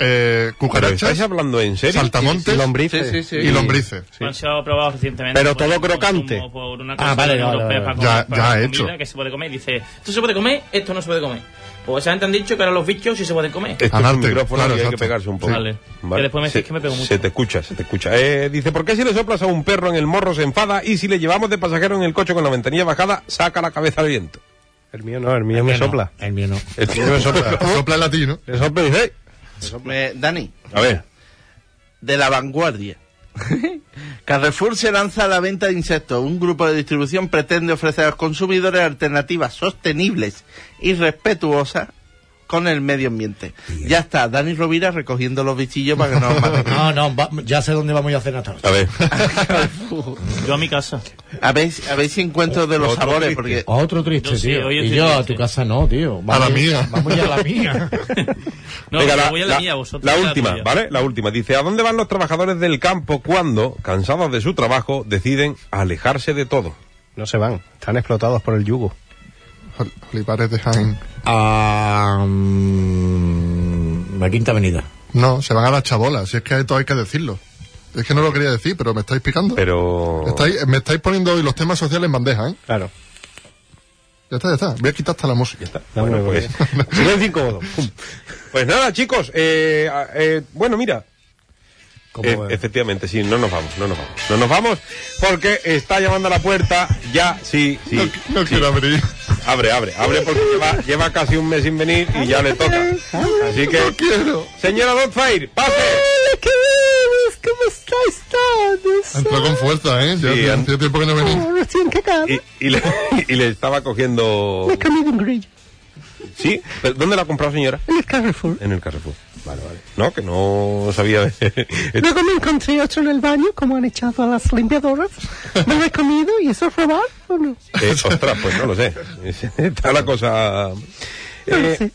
Speaker 9: eh,
Speaker 3: ¿Pero ¿Estáis
Speaker 9: cucarachas,
Speaker 3: hablando en serio?
Speaker 9: saltamontes
Speaker 7: Lombrices.
Speaker 5: Sí, sí, sí.
Speaker 9: y lombrices.
Speaker 8: Han sido aprobados recientemente.
Speaker 7: Pero
Speaker 8: por
Speaker 7: todo
Speaker 8: el consumo
Speaker 7: crocante.
Speaker 8: Por una
Speaker 10: Ah,
Speaker 8: cosa
Speaker 10: vale,
Speaker 8: de
Speaker 10: vale,
Speaker 8: europeos
Speaker 10: vale,
Speaker 8: para
Speaker 9: vale.
Speaker 8: comer-
Speaker 9: Ya-
Speaker 8: para
Speaker 9: ya
Speaker 8: la comida
Speaker 9: hecho.
Speaker 8: Que se puede comer. Dice, esto se puede comer, esto no se puede comer. Pues antes han dicho que ahora los bichos sí se pueden comer.
Speaker 3: Esto es un
Speaker 9: Anarte,
Speaker 3: micrófono
Speaker 9: claro,
Speaker 3: y hay que
Speaker 9: exacto.
Speaker 3: pegarse un poco.
Speaker 8: Vale. Que después me
Speaker 3: se,
Speaker 8: decís que me pego mucho.
Speaker 3: Se te escucha, se te escucha. Eh, dice, ¿por qué si le soplas a un perro en el morro se enfada y si le llevamos de pasajero en el coche con la ventanilla bajada, saca la cabeza al viento?
Speaker 7: El mío no, el mío me
Speaker 10: Que no,
Speaker 7: sopla.
Speaker 10: El mío no.
Speaker 3: El tío me sopla.
Speaker 9: Sopla el latino.
Speaker 7: Le sopla y dice, "Ey".
Speaker 5: Eh, Dani,
Speaker 3: A ver,
Speaker 5: de la vanguardia. Carrefour se lanza a la venta de insectos. Un grupo de distribución pretende ofrecer a los consumidores alternativas sostenibles y respetuosas con el medio ambiente. Ya está, Dani Rovira recogiendo los bichillos para que Ah, no nos maten.
Speaker 11: No, no, va- ya sé dónde vamos a ir a cenar tarde.
Speaker 3: A ver.
Speaker 8: Yo a mi casa.
Speaker 5: A ver, si- a ver si encuentro de los
Speaker 3: Otro triste.
Speaker 5: sabores, porque
Speaker 11: Otro triste,
Speaker 8: Yo sí,
Speaker 11: tío.
Speaker 8: hoy
Speaker 11: y
Speaker 8: estoy
Speaker 11: yo a
Speaker 8: triste.
Speaker 11: tu casa no, tío. Vamos
Speaker 9: la
Speaker 11: ir-
Speaker 9: mía.
Speaker 11: Vamos a ir a la mía.
Speaker 8: No,
Speaker 3: Venga,
Speaker 8: yo
Speaker 3: la,
Speaker 8: voy a la,
Speaker 3: la-
Speaker 8: mía, vosotros.
Speaker 3: la
Speaker 8: a
Speaker 3: última,
Speaker 8: tuya.
Speaker 3: ¿vale? La última. Dice, ¿a dónde van los trabajadores del campo cuando, cansados de su trabajo, deciden alejarse de todo?
Speaker 12: No se van, están explotados por el yugo.
Speaker 9: Jol- Olivares de Jaén.
Speaker 11: A mm, la Quinta Avenida.
Speaker 9: No, se van a las chabolas, si es que esto hay que decirlo. Es que no lo quería decir, pero me estáis picando.
Speaker 3: Pero...
Speaker 9: Estáis- me estáis poniendo hoy los temas sociales en bandeja, ¿eh?
Speaker 12: Claro.
Speaker 9: Ya está, ya está. Voy a quitar hasta la música.
Speaker 3: Bueno, pues...
Speaker 7: Eh,
Speaker 12: Silencio incómodo.
Speaker 3: Pues nada, chicos. eh, a- eh, bueno, mira.
Speaker 11: Como,
Speaker 3: eh,
Speaker 11: eh,
Speaker 3: efectivamente, sí, no nos vamos, no nos vamos. No nos vamos porque está llamando a la puerta. Ya, sí, sí.
Speaker 9: No, no
Speaker 3: sí.
Speaker 9: quiero abrir.
Speaker 3: Abre, abre, abre porque lleva, lleva casi un mes sin venir y ya le toca. Así que...
Speaker 9: No quiero.
Speaker 3: Señora Dotfire, pase.
Speaker 9: Entró con fuerza, ¿eh? Ya
Speaker 3: Sí,
Speaker 9: hacía
Speaker 3: an-
Speaker 9: tiempo que no venía.
Speaker 3: Y, y le, y le estaba cogiendo... Sí, pero ¿dónde la ha comprado, señora?
Speaker 7: En el Carrefour.
Speaker 3: En el Carrefour. Vale, vale. No, que no sabía. Eh.
Speaker 7: Luego me encontré otro en el baño, como han echado a las limpiadoras. Me lo he comido y eso es robar o no.
Speaker 3: Eh, ostras, pues no lo sé. Está la cosa. Eh,
Speaker 7: sé.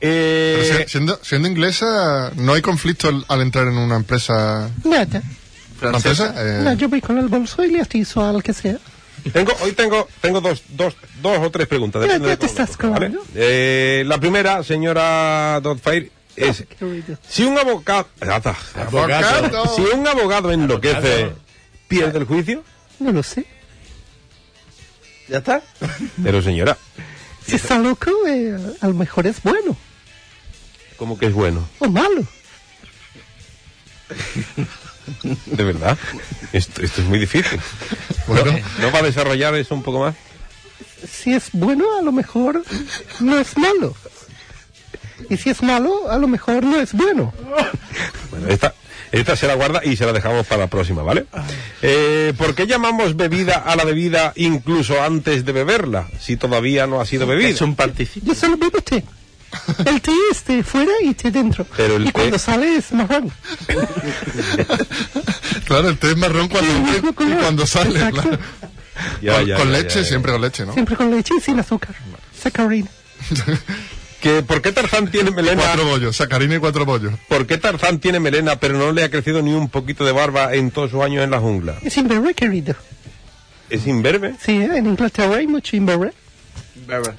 Speaker 3: eh,
Speaker 9: Pero si- siendo, siendo inglesa, no hay conflicto al, al entrar en una empresa
Speaker 7: Nada.
Speaker 9: francesa. Eh,
Speaker 7: No, yo voy con el bolso y le atizo al que sea.
Speaker 3: tengo, hoy tengo, tengo dos, dos, dos o tres preguntas.
Speaker 7: Pero
Speaker 3: depende
Speaker 7: ya
Speaker 3: de
Speaker 7: te
Speaker 3: cómo
Speaker 7: estás
Speaker 3: lo coja,
Speaker 7: colando.
Speaker 3: Eh, la primera, señora Dotfire, es.
Speaker 7: Qué ruido.
Speaker 3: Si un abogado.
Speaker 9: Abogado.
Speaker 3: Si un abogado enloquece, pierde el juicio.
Speaker 7: No lo sé.
Speaker 5: ya está.
Speaker 3: Pero señora,
Speaker 7: Si está loco, eh, a lo mejor es bueno
Speaker 3: como que es bueno.
Speaker 7: o malo.
Speaker 3: De verdad. Esto, esto es muy difícil.
Speaker 9: bueno,
Speaker 3: ¿No va a desarrollar eso un poco más?
Speaker 7: Si es bueno, a lo mejor no es malo. Y si es malo, a lo mejor no es bueno.
Speaker 3: Bueno, esta, esta se la guarda y se la dejamos para la próxima, ¿vale?
Speaker 9: Ah.
Speaker 3: Eh, ¿Por qué llamamos bebida a la bebida incluso antes de beberla, si todavía no ha sido
Speaker 5: Es
Speaker 3: bebida?
Speaker 5: un participio.
Speaker 7: Yo solo bebo té. El té es té fuera y té dentro.
Speaker 3: Pero el
Speaker 7: y cuando
Speaker 3: té-
Speaker 7: sale es marrón.
Speaker 9: claro, el té es marrón cuando,
Speaker 7: Sí,
Speaker 9: entra y
Speaker 7: color.
Speaker 9: cuando sale.
Speaker 7: Exacto.
Speaker 9: claro.
Speaker 3: Ya,
Speaker 9: con
Speaker 3: ya,
Speaker 9: con
Speaker 3: ya,
Speaker 9: leche,
Speaker 3: ya, ya.
Speaker 9: siempre con leche, ¿no?
Speaker 7: Siempre con leche y sin azúcar. Sacarina.
Speaker 3: ¿Que ¿Por qué Tarzán tiene melena?
Speaker 9: Cuatro bollos, sacarina y cuatro bollos.
Speaker 3: ¿Por qué Tarzán tiene melena pero no le ha crecido ni un poquito de barba en todos sus años en la jungla?
Speaker 7: Es imberbe, querido.
Speaker 3: ¿Es imberbe?
Speaker 7: Sí, ¿eh? en Inglaterra hay mucho imberbe.
Speaker 3: Imberbe.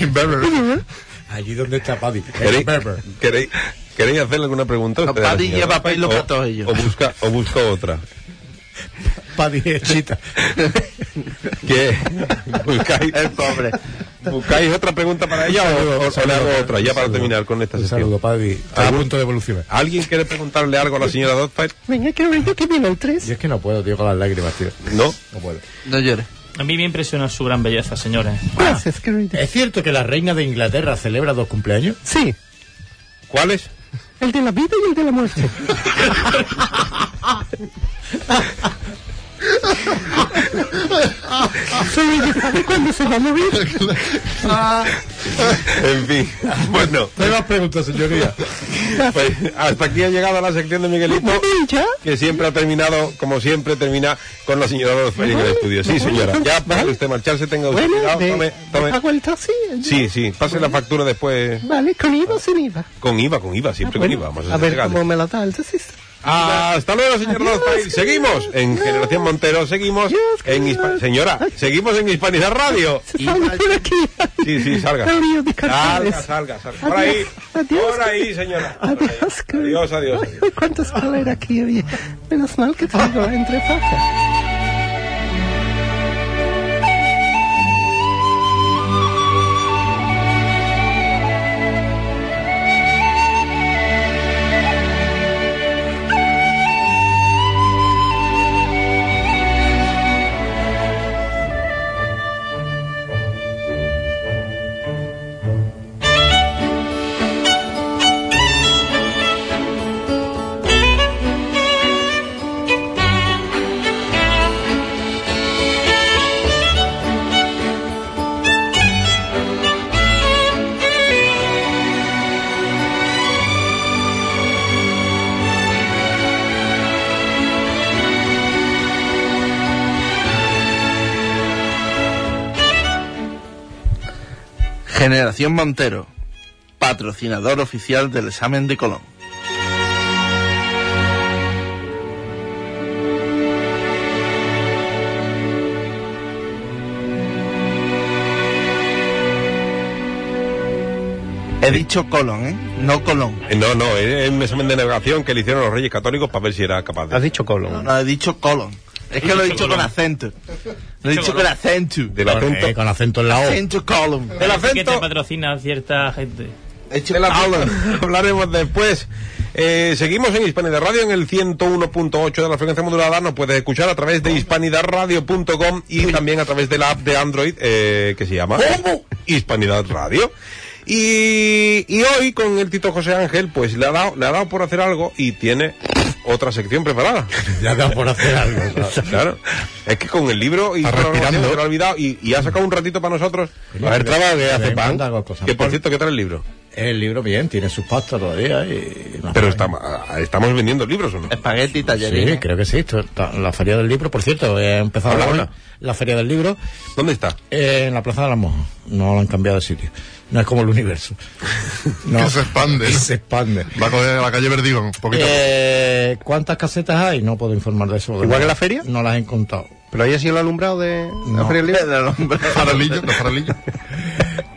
Speaker 9: Inverber.
Speaker 11: Allí donde está Paddy.
Speaker 3: ¿Queréis,
Speaker 11: El Berber.
Speaker 3: queréis- queréis hacerle alguna pregunta? a
Speaker 5: No,
Speaker 3: usted, a la
Speaker 5: Paddy
Speaker 3: señora?
Speaker 5: lleva pelo
Speaker 3: O-
Speaker 5: para todos ellos.
Speaker 3: O busca, o busca otra.
Speaker 11: Paddy eh, es chita.
Speaker 3: ¿Qué? ¿Buscáis,
Speaker 5: El pobre.
Speaker 3: ¿Buscáis otra pregunta para ella o, o le hago otra ya para terminar con esta
Speaker 11: Un
Speaker 3: sesión?
Speaker 11: saludo, Paddy.
Speaker 3: Ah,
Speaker 11: Está a
Speaker 3: pues.
Speaker 11: punto de evolucionar.
Speaker 3: ¿Alguien quiere preguntarle algo a la señora Dotfire?
Speaker 7: Venga, querido, que viene el 3.
Speaker 11: Yo es que no puedo, tío, con las lágrimas, tío.
Speaker 3: No.
Speaker 11: No puedo.
Speaker 5: No llores.
Speaker 8: A mí me impresiona su gran belleza, señores.
Speaker 7: Gracias, querido.
Speaker 11: ¿Es cierto que la reina de Inglaterra celebra dos cumpleaños?
Speaker 7: Sí,
Speaker 3: ¿Cuáles?
Speaker 7: el de la vida y el de la muerte. Solo yo sabe cuándo se va a morir.
Speaker 3: En fin. Bueno,
Speaker 11: No hay más preguntas, señoría.
Speaker 3: pues hasta aquí ha llegado la sección de Miguelito,
Speaker 7: ¿Y ya?
Speaker 3: que siempre ha terminado, como siempre, termina con la señora Dotfire en el estudio. Sí, señora. Ya para usted marcharse tenga usted
Speaker 7: Bueno,
Speaker 3: cuidado.
Speaker 7: de-
Speaker 3: Tome,
Speaker 7: ¿te
Speaker 3: tome.
Speaker 7: pago el taxi?
Speaker 3: Sí, sí. Pase la factura después.
Speaker 7: Vale, con IVA o sin IVA.
Speaker 3: Con IVA, con IVA, siempre con
Speaker 7: Ah, Bueno,
Speaker 3: IVA. Vamos a
Speaker 7: a
Speaker 3: ser
Speaker 7: ver
Speaker 3: legales.
Speaker 7: cómo me la da el taxista.
Speaker 3: Ah, Hasta luego, señor
Speaker 7: Adiós,
Speaker 3: Dotfire. Seguimos en
Speaker 7: adiós.
Speaker 3: Generación Montero, seguimos
Speaker 7: Adiós,
Speaker 3: en
Speaker 7: adiós.
Speaker 3: Hispa- Señora,
Speaker 7: Ay.
Speaker 3: seguimos en Hispanidad Radio.
Speaker 7: Se sale por aquí.
Speaker 3: Sí, sí, salga.
Speaker 7: El lío de carteles.
Speaker 3: Salga, salga, salga. Por ahí,
Speaker 7: Adiós, adiós.
Speaker 3: por ahí, señora. Por ahí.
Speaker 7: Adiós, querido.
Speaker 3: Adiós, adiós.
Speaker 7: Ay, ay, cuánta escalera aquí había. Menos mal que tengo entre fajas.
Speaker 13: Thank
Speaker 5: Generación Montero, patrocinador oficial del examen de Colón. He dicho Colón, ¿eh? No Colón.
Speaker 3: No, no, es un examen de navegación que le hicieron los reyes católicos para ver si era capaz de.
Speaker 4: Has dicho Colón.
Speaker 5: No, he dicho Colón. Es que lo he dicho con acento. Lo he dicho con acento.
Speaker 3: Del acento.
Speaker 7: Eh, con acento en la O.
Speaker 5: Acento Colón.
Speaker 8: Del Que te patrocina cierta gente.
Speaker 5: He dicho
Speaker 3: de la
Speaker 5: Colón.
Speaker 3: Hablan- Hablaremos después. Eh, seguimos en Hispanidad Radio en el 101.8 de la frecuencia modulada. Nos puedes escuchar a través de hispanidadradio.com y también a través de la app de Android eh, que se llama Hispanidad Radio. Y, y hoy con el Tito José Ángel, pues le ha, dado, le ha dado por hacer algo y tiene otra sección preparada.
Speaker 7: Ya da por hacer algo. ¿sabes?
Speaker 3: Claro. Es que con el libro y
Speaker 9: Está
Speaker 3: con la
Speaker 9: respirando.
Speaker 3: grabación se lo ha olvidado y, y ha sacado un ratito para nosotros. A ver, trabaja que hace pan. Que por cierto, ¿qué tal el libro?
Speaker 7: El libro bien, tiene sus pastas todavía. ¿eh? Y...
Speaker 3: Pero estamos, ah, estamos vendiendo libros o no?
Speaker 5: Espagueti, tallerín.
Speaker 7: Sí, creo que sí. esto está- La feria del libro, por cierto, he empezado
Speaker 3: Habla
Speaker 7: hoy
Speaker 3: ahora.
Speaker 7: la feria del libro
Speaker 3: ¿Dónde está?
Speaker 7: eh, en la Plaza de las Mojas. No lo han cambiado de sitio. No es como el universo. No,
Speaker 9: Que se expande.
Speaker 7: que se expande.
Speaker 9: Va a coger a la calle Verdigo, un poquito.
Speaker 7: Eh, ¿Cuántas casetas hay? No puedo informar de eso. porque
Speaker 4: ¿Igual
Speaker 7: no-
Speaker 4: que la feria?
Speaker 7: No las he contado.
Speaker 4: ¿Pero ahí ha sido el alumbrado de
Speaker 7: No.
Speaker 4: la Feria del Libro?
Speaker 5: Del hombre.
Speaker 9: Faralillo, los faralillos.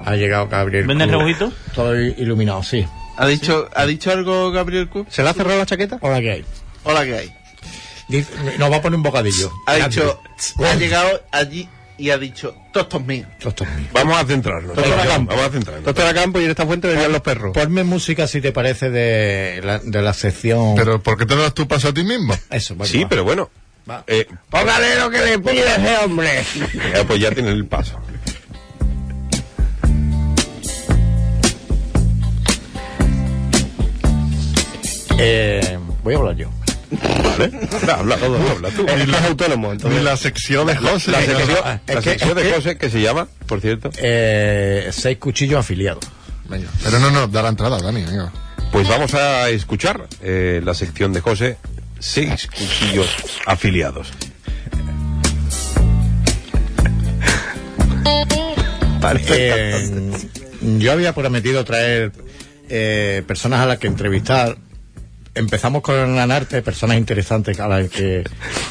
Speaker 7: Ha llegado Gabriel.
Speaker 8: ¿Venden
Speaker 7: Cruz.
Speaker 8: rebujito?
Speaker 7: Todo i- iluminado, sí.
Speaker 5: ¿Ha dicho, ¿Ha dicho algo Gabriel Cook?
Speaker 4: ¿Se le ha cerrado la chaqueta?
Speaker 7: Hola, ¿qué hay?
Speaker 5: Hola, ¿qué hay?
Speaker 7: Dice- nos va a poner un bocadillo.
Speaker 5: Ha dicho, ha
Speaker 7: Grande.
Speaker 5: llegado allí y ha dicho, tostos míos.
Speaker 7: Esto es mío.
Speaker 3: Vamos a centrarnos.
Speaker 7: Doctora
Speaker 3: Venga,
Speaker 7: Campo.
Speaker 3: vamos a centrarnos.
Speaker 4: Doctora Campo y en esta fuente venían los perros.
Speaker 7: Ponme música, si te parece, de la, de la sección...
Speaker 9: Pero ¿por qué te das tu paso a ti mismo?
Speaker 7: Eso, vale,
Speaker 3: Sí,
Speaker 7: va.
Speaker 3: pero bueno.
Speaker 7: Va.
Speaker 3: Eh,
Speaker 7: Póngale lo que le pide ese hombre.
Speaker 3: ya, pues ya tiene el paso.
Speaker 7: Eh, voy a hablar yo.
Speaker 3: ¿Vale? Habla, habla, tú, habla tú.
Speaker 4: Es, es autónomo,
Speaker 9: Ni
Speaker 4: entonces.
Speaker 9: la sección de José.
Speaker 3: La sección,
Speaker 7: ah, es
Speaker 3: la
Speaker 7: que-
Speaker 3: sección
Speaker 7: es
Speaker 3: de
Speaker 7: que-
Speaker 3: José, que se llama, por cierto.
Speaker 7: Eh, seis cuchillos afiliados.
Speaker 9: Venga. Pero no, no, da la entrada, Dani. venga.
Speaker 3: Pues vamos a escuchar eh, la sección de José, seis cuchillos afiliados.
Speaker 7: Eh, yo había prometido traer eh, personas a las que entrevistar. Empezamos con el anarte, personas interesantes a las que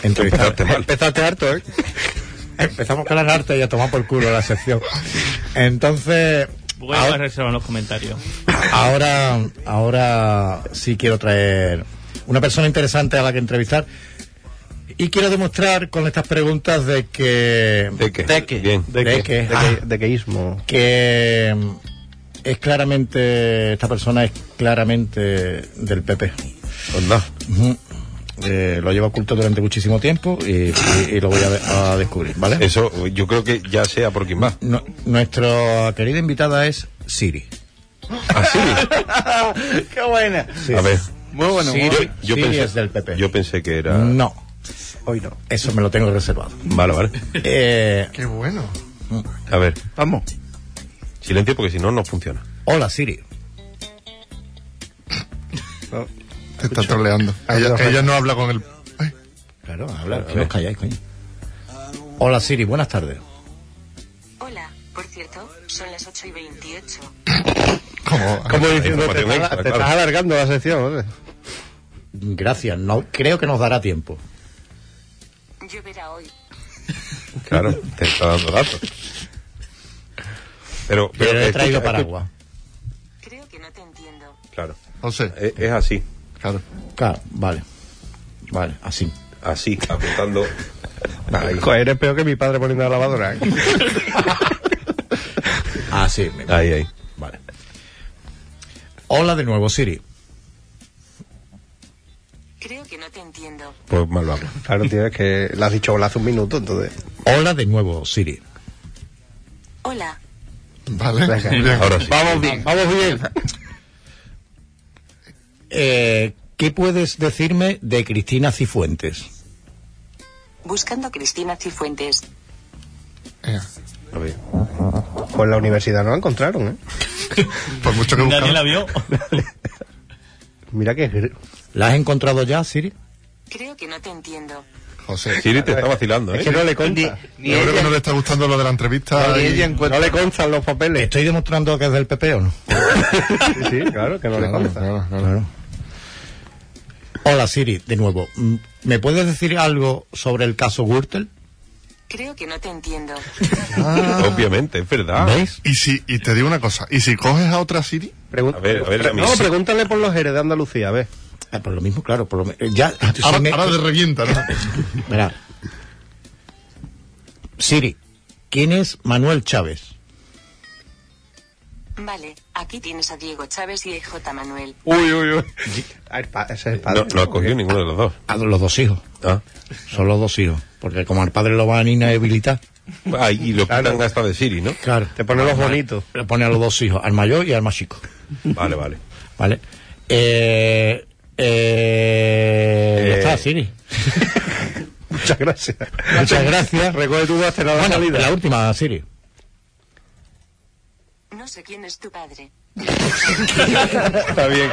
Speaker 7: entrevistar.
Speaker 3: Empezaste mal.
Speaker 7: Empezaste harto, ¿eh? Empezamos con el anarte y a tomar por culo la sección. Entonces,
Speaker 8: Voy
Speaker 7: ahora-
Speaker 8: a reservar los comentarios.
Speaker 7: Ahora, ahora sí quiero traer una persona interesante a la que entrevistar y quiero demostrar con estas preguntas de que
Speaker 3: ¿De qué?
Speaker 5: ¿De qué?
Speaker 3: Bien.
Speaker 4: ¿De,
Speaker 7: ¿De
Speaker 4: qué?
Speaker 7: qué?
Speaker 4: ¿De qué-
Speaker 7: Ah.
Speaker 4: de queísmo?
Speaker 7: que mm, es claramente esta persona es claramente del PP.
Speaker 3: Onda.
Speaker 7: Ujú. Eh, lo llevo oculto durante muchísimo tiempo y, y- y lo voy a, de- a descubrir, ¿vale?
Speaker 3: Eso yo creo que ya sea por quién va.
Speaker 7: No- nuestra querida invitada es Siri.
Speaker 4: Ah,
Speaker 3: Así.
Speaker 5: ¡Qué buena!
Speaker 3: A ver.
Speaker 5: Muy bueno, muy
Speaker 7: Siri,
Speaker 5: bueno.
Speaker 3: Yo
Speaker 7: Siri
Speaker 3: pensé,
Speaker 7: es del PP.
Speaker 3: Yo pensé que era.
Speaker 7: No, hoy no. Eso me lo tengo reservado.
Speaker 3: Vale, vale.
Speaker 7: Eh,
Speaker 9: Qué bueno.
Speaker 3: A ver.
Speaker 5: Vamos.
Speaker 3: Silencio porque si no, no funciona.
Speaker 7: hola Siri.
Speaker 9: Te está troleando. Ella, ella no habla con el. Ay,
Speaker 7: Claro, habla, que os calláis, coño. Hola Siri, buenas tardes.
Speaker 14: Hola, por cierto, son las 8 y 28.
Speaker 9: ¿Cómo?
Speaker 4: Como diciendo, te,
Speaker 3: información
Speaker 4: estás-
Speaker 3: extra,
Speaker 4: te
Speaker 3: claro.
Speaker 4: estás alargando la sección. ¿eh?
Speaker 7: Gracias, no creo que nos dará tiempo.
Speaker 14: Lloverá hoy.
Speaker 3: Claro, te está dando datos. Pero,
Speaker 7: Pero he
Speaker 3: escucha,
Speaker 7: traído
Speaker 3: escucha,
Speaker 7: paraguas.
Speaker 14: Creo que no te entiendo.
Speaker 3: Claro.
Speaker 9: José.
Speaker 3: Es, es así,
Speaker 9: Claro.
Speaker 7: Claro, vale. Vale, así.
Speaker 3: así, apuntando. Ahí.
Speaker 4: Joder, eres peor que mi padre poniendo la lavadora. ¿eh?
Speaker 3: Ah,
Speaker 7: Así, me-
Speaker 3: Ahí, ahí.
Speaker 7: vale. Hola de nuevo Siri.
Speaker 14: Creo que no te entiendo.
Speaker 3: Pues mal vamos.
Speaker 4: Claro, tío, es que le has dicho hola hace un minuto, entonces.
Speaker 7: Hola de nuevo Siri.
Speaker 14: Hola,
Speaker 9: Vale.
Speaker 4: Venga.
Speaker 9: Bien.
Speaker 3: Ahora sí.
Speaker 5: Vamos bien. Vamos bien.
Speaker 7: Eh, ¿Qué puedes decirme de Cristina Cifuentes?
Speaker 14: buscando a Cristina Cifuentes.
Speaker 9: Venga.
Speaker 3: A ver.
Speaker 4: Pues la universidad no la encontraron, ¿eh?
Speaker 9: Por mucho que
Speaker 8: Nadie la
Speaker 9: buscar.
Speaker 8: vio.
Speaker 4: Mira que...
Speaker 7: ¿La has encontrado ya, Siri?
Speaker 14: Creo que no te entiendo.
Speaker 9: José.
Speaker 3: Siri te está vacilando,
Speaker 9: Es
Speaker 3: ¿eh?
Speaker 9: que no le conta.
Speaker 3: Ni- ni
Speaker 9: Yo creo
Speaker 3: ella-
Speaker 9: que no le está gustando lo de la entrevista. y-
Speaker 7: no le constan los papeles. Estoy demostrando que es del PP o no.
Speaker 4: Sí, sí, claro, que no le consta.
Speaker 7: Claro. Hola Siri, de nuevo. Mm, ¿Me puedes decir algo sobre el caso Gürtel?
Speaker 14: Creo que no te entiendo.
Speaker 3: Obviamente, es
Speaker 4: Ah,
Speaker 3: verdad.
Speaker 9: Y si, y te digo una cosa, y si coges a otra Siri,
Speaker 3: a ver, a ver, a mí
Speaker 4: no,
Speaker 3: sí.
Speaker 4: pregúntale por los Jerez de Andalucía, a ver.
Speaker 7: Ah, por lo mismo, claro, por lo ya
Speaker 9: ahora, ahora te revienta, ¿no?
Speaker 7: Verá. Siri, ¿quién es Manuel Chávez?
Speaker 14: Vale, aquí tienes a Diego Chávez y a J. Manuel.
Speaker 4: Uy, uy, uy. A ver, pa- ese es Ah, el padre.
Speaker 3: No, no ha cogido ninguno de los dos.
Speaker 7: A los dos hijos. Son los dos hijos. Porque como al padre lo van a inhabilitar.
Speaker 3: Ah, y lo quitan hasta de Siri, ¿no?
Speaker 7: Claro. Te
Speaker 3: pone los bonitos.
Speaker 7: Le pone a los dos hijos, al mayor y al más chico.
Speaker 3: Vale, vale.
Speaker 7: ¿Vale? Eh, eh, ya
Speaker 4: Eh.
Speaker 7: está, Siri.
Speaker 4: Muchas gracias.
Speaker 7: Muchas gracias.
Speaker 4: Recoge tu voz, te la da
Speaker 7: Bueno,
Speaker 4: salida.
Speaker 7: la última, Siri.
Speaker 14: No sé quién es tu padre.
Speaker 3: Está bien.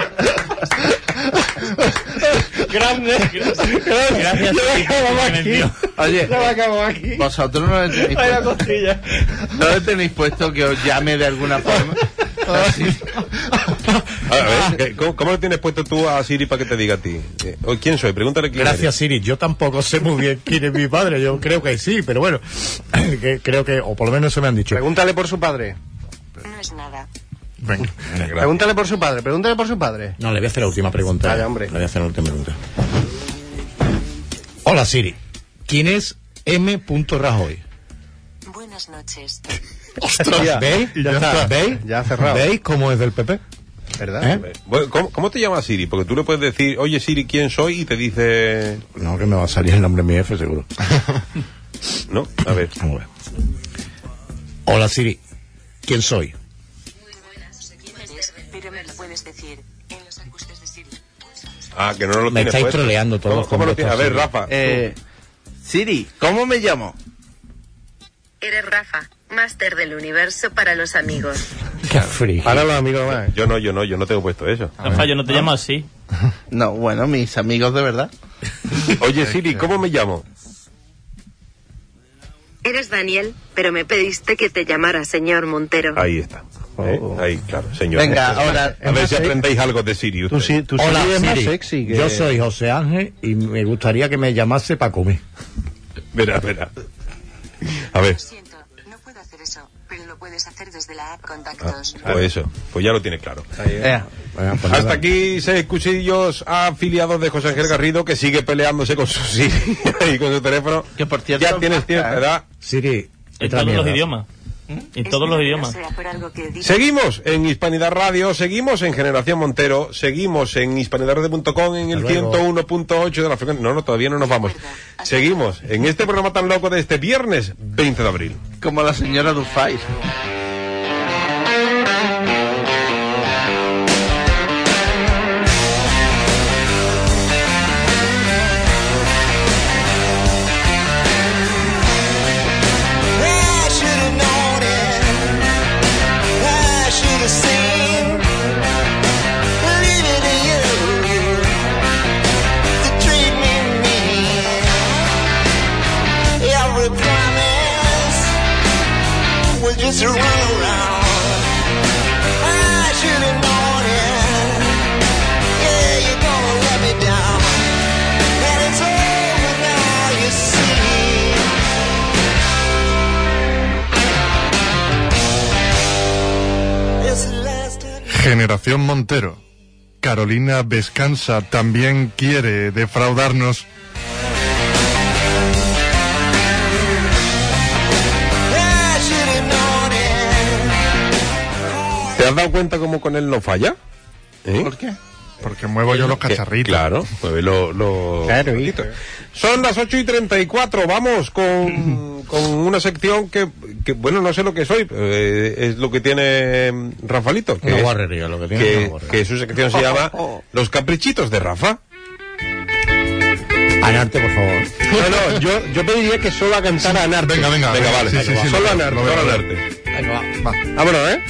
Speaker 4: Grande. Gracias.
Speaker 5: Gracias,
Speaker 4: Ya
Speaker 5: Siri,
Speaker 4: acabamos
Speaker 5: que me
Speaker 4: aquí.
Speaker 5: envió. Oye. eh,
Speaker 4: Ya acabamos aquí.
Speaker 5: Vosotros no le tenéis
Speaker 4: Vaya
Speaker 5: puesto,
Speaker 4: costilla.
Speaker 5: no le tenéis puesto que os llame de alguna forma.
Speaker 3: A ver, a ver, ¿qué- ¿cómo, cómo lo tienes puesto tú a Siri para que te diga a ti? Eh, oye, ¿Quién soy? Pregúntale quién
Speaker 7: Gracias, Siri. Yo tampoco sé muy bien quién es mi padre. Yo creo que sí, pero bueno. que creo que, o por lo menos eso me han dicho.
Speaker 4: Pregúntale por su padre.
Speaker 14: No es nada.
Speaker 7: Venga.
Speaker 4: Pregúntale por su padre, pregúntale por su padre.
Speaker 7: No, le voy a hacer la última pregunta.
Speaker 4: Vaya, hombre.
Speaker 7: Le voy a hacer la última pregunta. Hola, Siri. ¿Quién es M. Rajoy?
Speaker 14: Buenas noches.
Speaker 7: Ostras, ¿veis?
Speaker 4: Ya
Speaker 7: Ya
Speaker 4: está.
Speaker 7: está, ¿Veis?
Speaker 4: Ya ha cerrado. Ah,
Speaker 7: ¿Veis cómo es del PP?
Speaker 4: ¿Verdad?
Speaker 7: ¿Eh?
Speaker 3: eres. Bueno, ¿Cómo, cómo te llama Siri? Porque tú le puedes decir, oye Siri, ¿quién soy? Y te dice...
Speaker 7: No, que me va a salir el nombre de mi jefe, seguro.
Speaker 3: No, a ver.
Speaker 7: Vamos a ver. Ah, Hola, Siri. ¿Quién soy?
Speaker 14: No sé quién eres, pero me lo puedes decir. En los ajustes de Siri.
Speaker 3: Ah, que no lo
Speaker 7: Me
Speaker 3: tienes
Speaker 7: estáis
Speaker 3: puesto.
Speaker 7: troleando
Speaker 3: ¿Cómo,
Speaker 7: todos
Speaker 3: cómo
Speaker 7: con
Speaker 3: lo tienes? A
Speaker 7: vuestra
Speaker 3: ver,
Speaker 7: Siri.
Speaker 3: Rafa.
Speaker 5: Eh, Siri, ¿cómo me llamo?
Speaker 14: Eres Rafa, máster del universo para los amigos.
Speaker 7: Qué frío.
Speaker 4: Para los amigos más.
Speaker 3: Yo no, yo no, yo no tengo puesto eso.
Speaker 8: Rafa, yo no te llamo así.
Speaker 5: No, bueno, mis amigos de verdad.
Speaker 3: Oye Siri, ¿cómo me llamo?
Speaker 14: Eres Daniel, pero me pediste que te llamara señor Montero.
Speaker 3: Ahí está. ¿Eh? Ahí, claro, señor.
Speaker 5: Venga, ahora-
Speaker 3: este. A ver si aprendéis algo de Siri. ustedes.
Speaker 7: Hola,
Speaker 4: Siri es más
Speaker 7: Siri.
Speaker 4: sexy que-
Speaker 7: Yo soy José Ángel y me gustaría que me llamase para comer.
Speaker 3: Verá, verá. A ver.
Speaker 14: Lo siento, no puedo hacer eso, pero lo puedes hacer desde la app Contactos.
Speaker 3: Pues eso, pues ya lo tienes claro.
Speaker 5: Eh,
Speaker 3: Hasta aquí seis cuchillos afiliados de José Ángel Garrido que sigue peleándose con su Siri y con su teléfono.
Speaker 5: que por cierto.
Speaker 3: Ya tienes tiempo, ¿verdad?
Speaker 7: Siri,
Speaker 8: En
Speaker 7: otra
Speaker 8: todos los
Speaker 7: mierda.
Speaker 8: idiomas. En todos los idiomas.
Speaker 14: Sea por algo que diga.
Speaker 3: Seguimos en Hispanidad Radio, seguimos en Generación Montero, seguimos en hispanidadradio.com en el
Speaker 7: Hasta luego.
Speaker 3: 101.8 de la frecuencia. No, no, todavía no nos vamos. Seguimos en este programa tan loco de este viernes 20 de abril.
Speaker 5: Como la señora Dufay.
Speaker 2: I should have known it. I should have seen. Leave it to you to treat me mean. Every promise was just a runaround. I should have known it. Yeah, you're gonna let me down, and it's over now. You see. It's the last time.
Speaker 9: Generación Montero. Carolina Vescanza también quiere defraudarnos.
Speaker 2: I should have known it.
Speaker 3: ¿Te has dado cuenta cómo con él no falla? ¿Eh?
Speaker 5: ¿Por qué?
Speaker 9: Porque muevo yo los
Speaker 3: Que-
Speaker 9: cacharritos.
Speaker 3: Eh, Claro, mueve lo, lo-
Speaker 4: Claro,
Speaker 3: los
Speaker 4: hijo.
Speaker 3: cacharritos. Son las 8 y 34, vamos con, con una sección que, que, bueno, no sé lo que soy, eh, es lo que tiene mm, Rafalito. Que
Speaker 7: Una
Speaker 3: es-
Speaker 7: guarrería, lo que tiene es una
Speaker 3: que,
Speaker 7: guarrería. Oh,
Speaker 3: que su sección se llama Los Caprichitos de Rafa.
Speaker 7: Anarte, por favor.
Speaker 4: No, no, yo, yo pediría que solo cantara Anarte.
Speaker 9: Venga, venga,
Speaker 3: Venga, vale,
Speaker 9: Sí, sí, sí,
Speaker 3: solo
Speaker 9: lo-
Speaker 3: anarte,
Speaker 9: lo veo,
Speaker 3: solo
Speaker 9: lo veo.
Speaker 3: anarte. Ah,
Speaker 7: Venga,
Speaker 9: Va.
Speaker 4: Vámonos, ¿eh?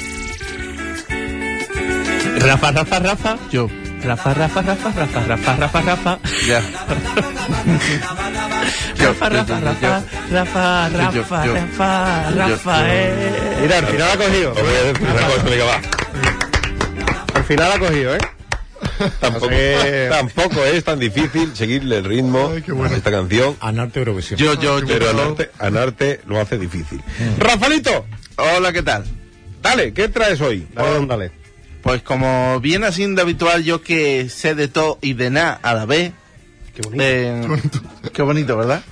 Speaker 8: Rafa, Rafa, Rafa.
Speaker 5: Yo.
Speaker 8: Rafa, Rafa, Rafa, Rafa, Rafa, Rafa, Rafa.
Speaker 5: Ya. Rafa, Rafa, Rafa,
Speaker 8: Rafa, Rafa, Rafa, Rafael.
Speaker 4: Mira, al final ha cogido.
Speaker 3: Os voy a decir una cosa, venga, va.
Speaker 4: Al final ha cogido, ¿eh?
Speaker 3: Tampoco, tampoco es tan difícil seguirle el ritmo a esta canción.
Speaker 7: Anarte Eurovisión.
Speaker 5: Yo, yo, yo.
Speaker 3: Pero Anarte, Anarte lo hace difícil.
Speaker 4: Mm.
Speaker 5: Rafaelito. Hola, ¿qué tal?
Speaker 3: Dale, ¿qué traes hoy?
Speaker 4: Dale, dale.
Speaker 5: Pues como viene siendo habitual, yo que sé de todo y de nada a la vez.
Speaker 4: Qué bonito.
Speaker 5: eh, qué bonito, ¿verdad?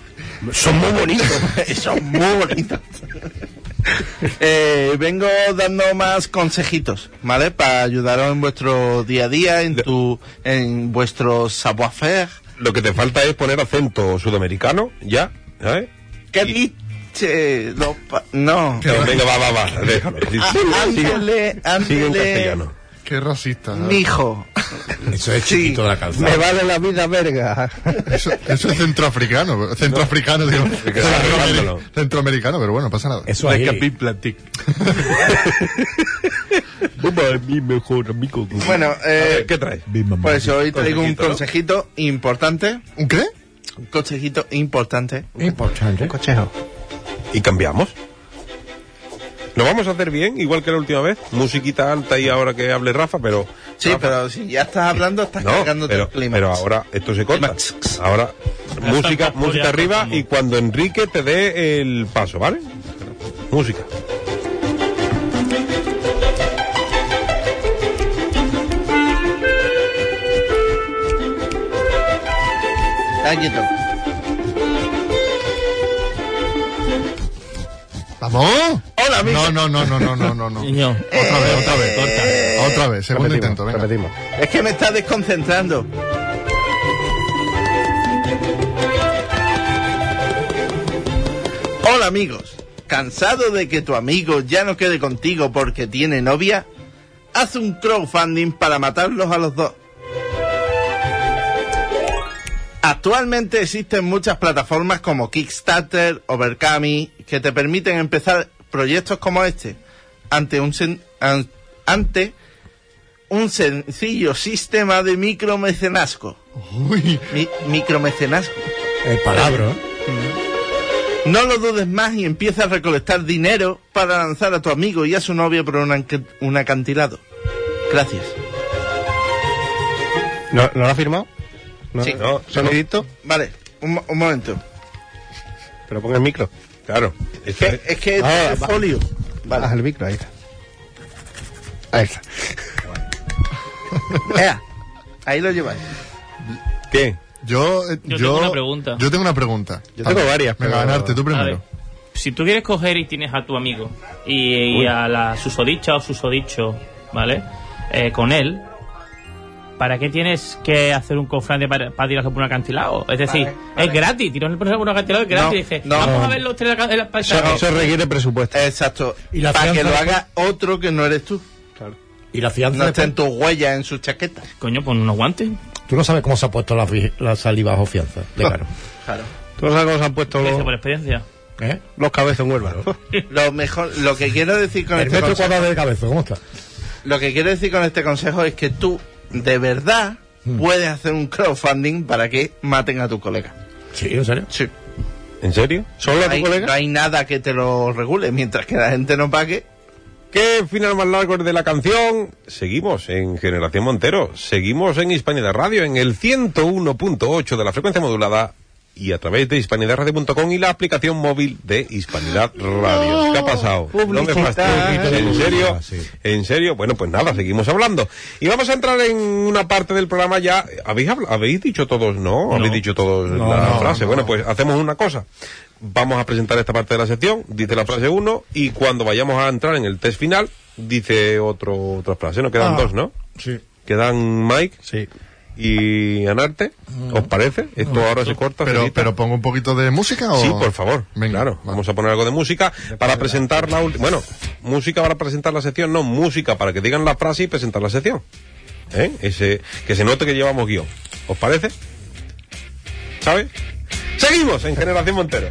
Speaker 4: Son muy bonitos.
Speaker 5: Son muy bonitos. Eh, vengo dando más consejitos, ¿vale? Para ayudaros en vuestro día a día, en tu, en vuestro savoir-faire.
Speaker 3: Lo que te falta es poner acento sudamericano, ya, ¿sabes?
Speaker 5: ¿Qué dice? Los pa- No.
Speaker 3: Pero venga, va, va, va, déjalo. Sí,
Speaker 5: Ah,
Speaker 3: sí, sigue,
Speaker 5: Ándale,
Speaker 3: sigue en
Speaker 5: ándale,
Speaker 3: castellano.
Speaker 9: Qué racista. ¿no?
Speaker 5: mijo.
Speaker 7: Eso es
Speaker 5: Sí.
Speaker 7: chiquito de la calzada.
Speaker 4: Me vale la vida, verga.
Speaker 9: Eso, eso es centroafricano. Centroafricano, digo.
Speaker 3: Centroafricano.
Speaker 9: Centroamericano, pero bueno, pasa nada.
Speaker 7: Eso es ahí.
Speaker 5: Bueno,
Speaker 3: A
Speaker 5: eh,
Speaker 3: ver, ¿Qué traes?
Speaker 5: pues hoy traigo un
Speaker 3: Consejito,
Speaker 5: consejito importante.
Speaker 9: ¿Un qué?
Speaker 5: Un consejito importante.
Speaker 7: Importante.
Speaker 4: Cochejo.
Speaker 3: ¿Y cambiamos? ¿Lo vamos a hacer bien, igual que la última vez? Musiquita alta y ahora que hable Rafa, pero...
Speaker 5: Sí,
Speaker 3: Rafa-
Speaker 5: pero si ya estás hablando, estás
Speaker 3: No,
Speaker 5: cargándote
Speaker 3: pero,
Speaker 5: el clima.
Speaker 3: pero ahora esto se corta.
Speaker 5: Clímax.
Speaker 3: Ahora música,
Speaker 8: tampoco
Speaker 3: música
Speaker 8: ya
Speaker 3: arriba
Speaker 8: cortamos.
Speaker 3: y cuando Enrique te dé el paso, ¿vale? Música.
Speaker 5: Está quieto.
Speaker 9: ¡Vamos!
Speaker 5: Hola, amigo.
Speaker 9: No, no, no, no, no, no, no. no.
Speaker 8: Niño.
Speaker 9: Otra vez, otra vez. Otra vez, segundo
Speaker 4: Repetimos,
Speaker 9: intento, venga.
Speaker 4: repetimos.
Speaker 5: Es que me está desconcentrando. Hola amigos, ¿cansado de que tu amigo ya no quede contigo porque tiene novia? Haz un crowdfunding para matarlos a los dos. Actualmente existen muchas plataformas como Kickstarter, Overcami, que te permiten empezar proyectos como este ante un, sen- an- ante un sencillo sistema de micromecenazgo.
Speaker 9: Uy,
Speaker 5: Mi- micromecenazgo.
Speaker 7: El palabra. ¿eh?
Speaker 5: No lo dudes más y empieza a recolectar dinero para lanzar a tu amigo y a su novia por un, anque- un acantilado. Gracias.
Speaker 4: ¿No, ¿No lo ha firmado? ¿No?
Speaker 5: Sí.
Speaker 3: No,
Speaker 4: ¿Sonidito?
Speaker 5: Vale, un, mo- un momento.
Speaker 4: Pero pon el micro.
Speaker 3: Claro.
Speaker 5: Es que, es que esto
Speaker 4: Ah,
Speaker 5: es
Speaker 4: va-
Speaker 5: folio.
Speaker 4: Haz el micro, ahí está. Ahí está.
Speaker 5: Ea, ahí lo lleváis.
Speaker 3: ¿Qué?
Speaker 9: yo, eh,
Speaker 8: Yo tengo una pregunta.
Speaker 9: Yo tengo una pregunta.
Speaker 4: Yo tengo varias,
Speaker 9: Venga,
Speaker 4: pero-
Speaker 9: ganarte, tú
Speaker 8: A
Speaker 9: primero.
Speaker 8: ver, si tú quieres coger y tienes a tu amigo y, y a la susodicha o susodicho, ¿vale? Eh, con él, ¿para qué tienes que hacer un cofrante para, para tirarlo por un acantilado? Es decir, es gratis, tirarlo por un acantilado es gratis.
Speaker 5: No,
Speaker 8: Dices,
Speaker 5: no.
Speaker 8: vamos a eh, ver los tres aca- el
Speaker 4: Eso,
Speaker 8: paisaje.
Speaker 4: eso requiere presupuesto.
Speaker 5: Exacto.
Speaker 7: ¿Y la
Speaker 5: Para que
Speaker 7: fianza
Speaker 5: lo
Speaker 7: de-
Speaker 5: haga otro que no eres tú.
Speaker 7: Y la fianza.
Speaker 5: No
Speaker 7: de-
Speaker 5: estén tus huellas en su chaqueta.
Speaker 8: Coño, pues pon unos guantes.
Speaker 7: Tú no sabes cómo se ha puesto la, fi- la saliva bajo fianza. Legal.
Speaker 5: Claro.
Speaker 4: ¿Tú no sabes cómo se han puesto
Speaker 8: Lo dice
Speaker 4: los,
Speaker 8: por experiencia.
Speaker 7: ¿Eh?
Speaker 4: los cabezas en Huelva?
Speaker 5: Lo mejor, lo que quiero decir con
Speaker 7: El
Speaker 5: este
Speaker 7: metro
Speaker 5: consejo,
Speaker 7: cuadrado de cabeza, ¿cómo está?
Speaker 5: lo que quiero decir con este consejo es que tú de verdad
Speaker 9: Hmm.
Speaker 5: puedes hacer un crowdfunding para que maten a tu colega.
Speaker 7: Sí, en serio.
Speaker 5: Sí.
Speaker 3: ¿En serio?
Speaker 4: ¿Solo a
Speaker 5: Hay-
Speaker 4: tu colega?
Speaker 5: No hay nada que te lo regule mientras que la gente no pague.
Speaker 3: ¿Qué final más largo de la canción? Seguimos en Generación Montero, seguimos en Hispanidad Radio, en el 101.8 de la frecuencia modulada y a través de hispanidadradio.com y la aplicación móvil de Hispanidad Radio. ¿Qué ha pasado? No me fastidies. ¿En serio? ¿En serio? Bueno, pues nada, seguimos hablando. Y vamos a entrar en una parte del programa ya. ¿Habéis, habl- habéis dicho todos no? ¿Habéis dicho todos la frase? Bueno, pues hacemos una cosa. Vamos a presentar esta parte de la sección, dice la frase uno, y cuando vayamos a entrar en el test final, dice otro, otra frase. No quedan
Speaker 7: Ah.
Speaker 3: dos, ¿no?
Speaker 7: Sí.
Speaker 3: Quedan Mike
Speaker 7: Sí.
Speaker 3: y Anarte. ¿Os parece? Esto ahora se corta. se
Speaker 9: Pero,
Speaker 3: edita.
Speaker 9: pero pongo un poquito de música o.
Speaker 3: Sí, por favor.
Speaker 9: Venga,
Speaker 3: claro,
Speaker 9: va.
Speaker 3: vamos a poner algo de música para presentar la última. Bueno, música para presentar la sección, no, música para que digan la frase y presentar la sección. ¿Eh? Ese, que se note que llevamos guión. ¿Os parece? ¿Sabes? Seguimos en Generación Montero.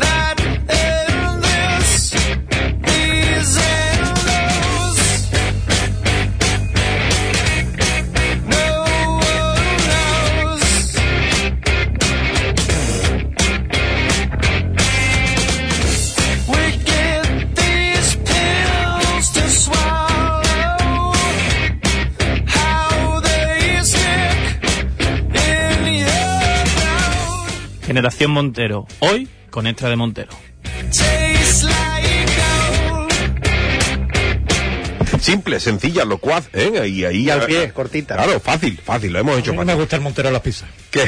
Speaker 2: That endless is endless.
Speaker 8: Generación Montero, hoy con extra de Montero.
Speaker 2: Tastes like gold.
Speaker 3: Simple, sencilla, locuaz, ¿eh? Ahí, ahí.
Speaker 4: Y al pie, cortita.
Speaker 3: Claro, fácil, fácil, lo hemos hecho fácil.
Speaker 7: me gusta el Montero a las pizzas.
Speaker 3: que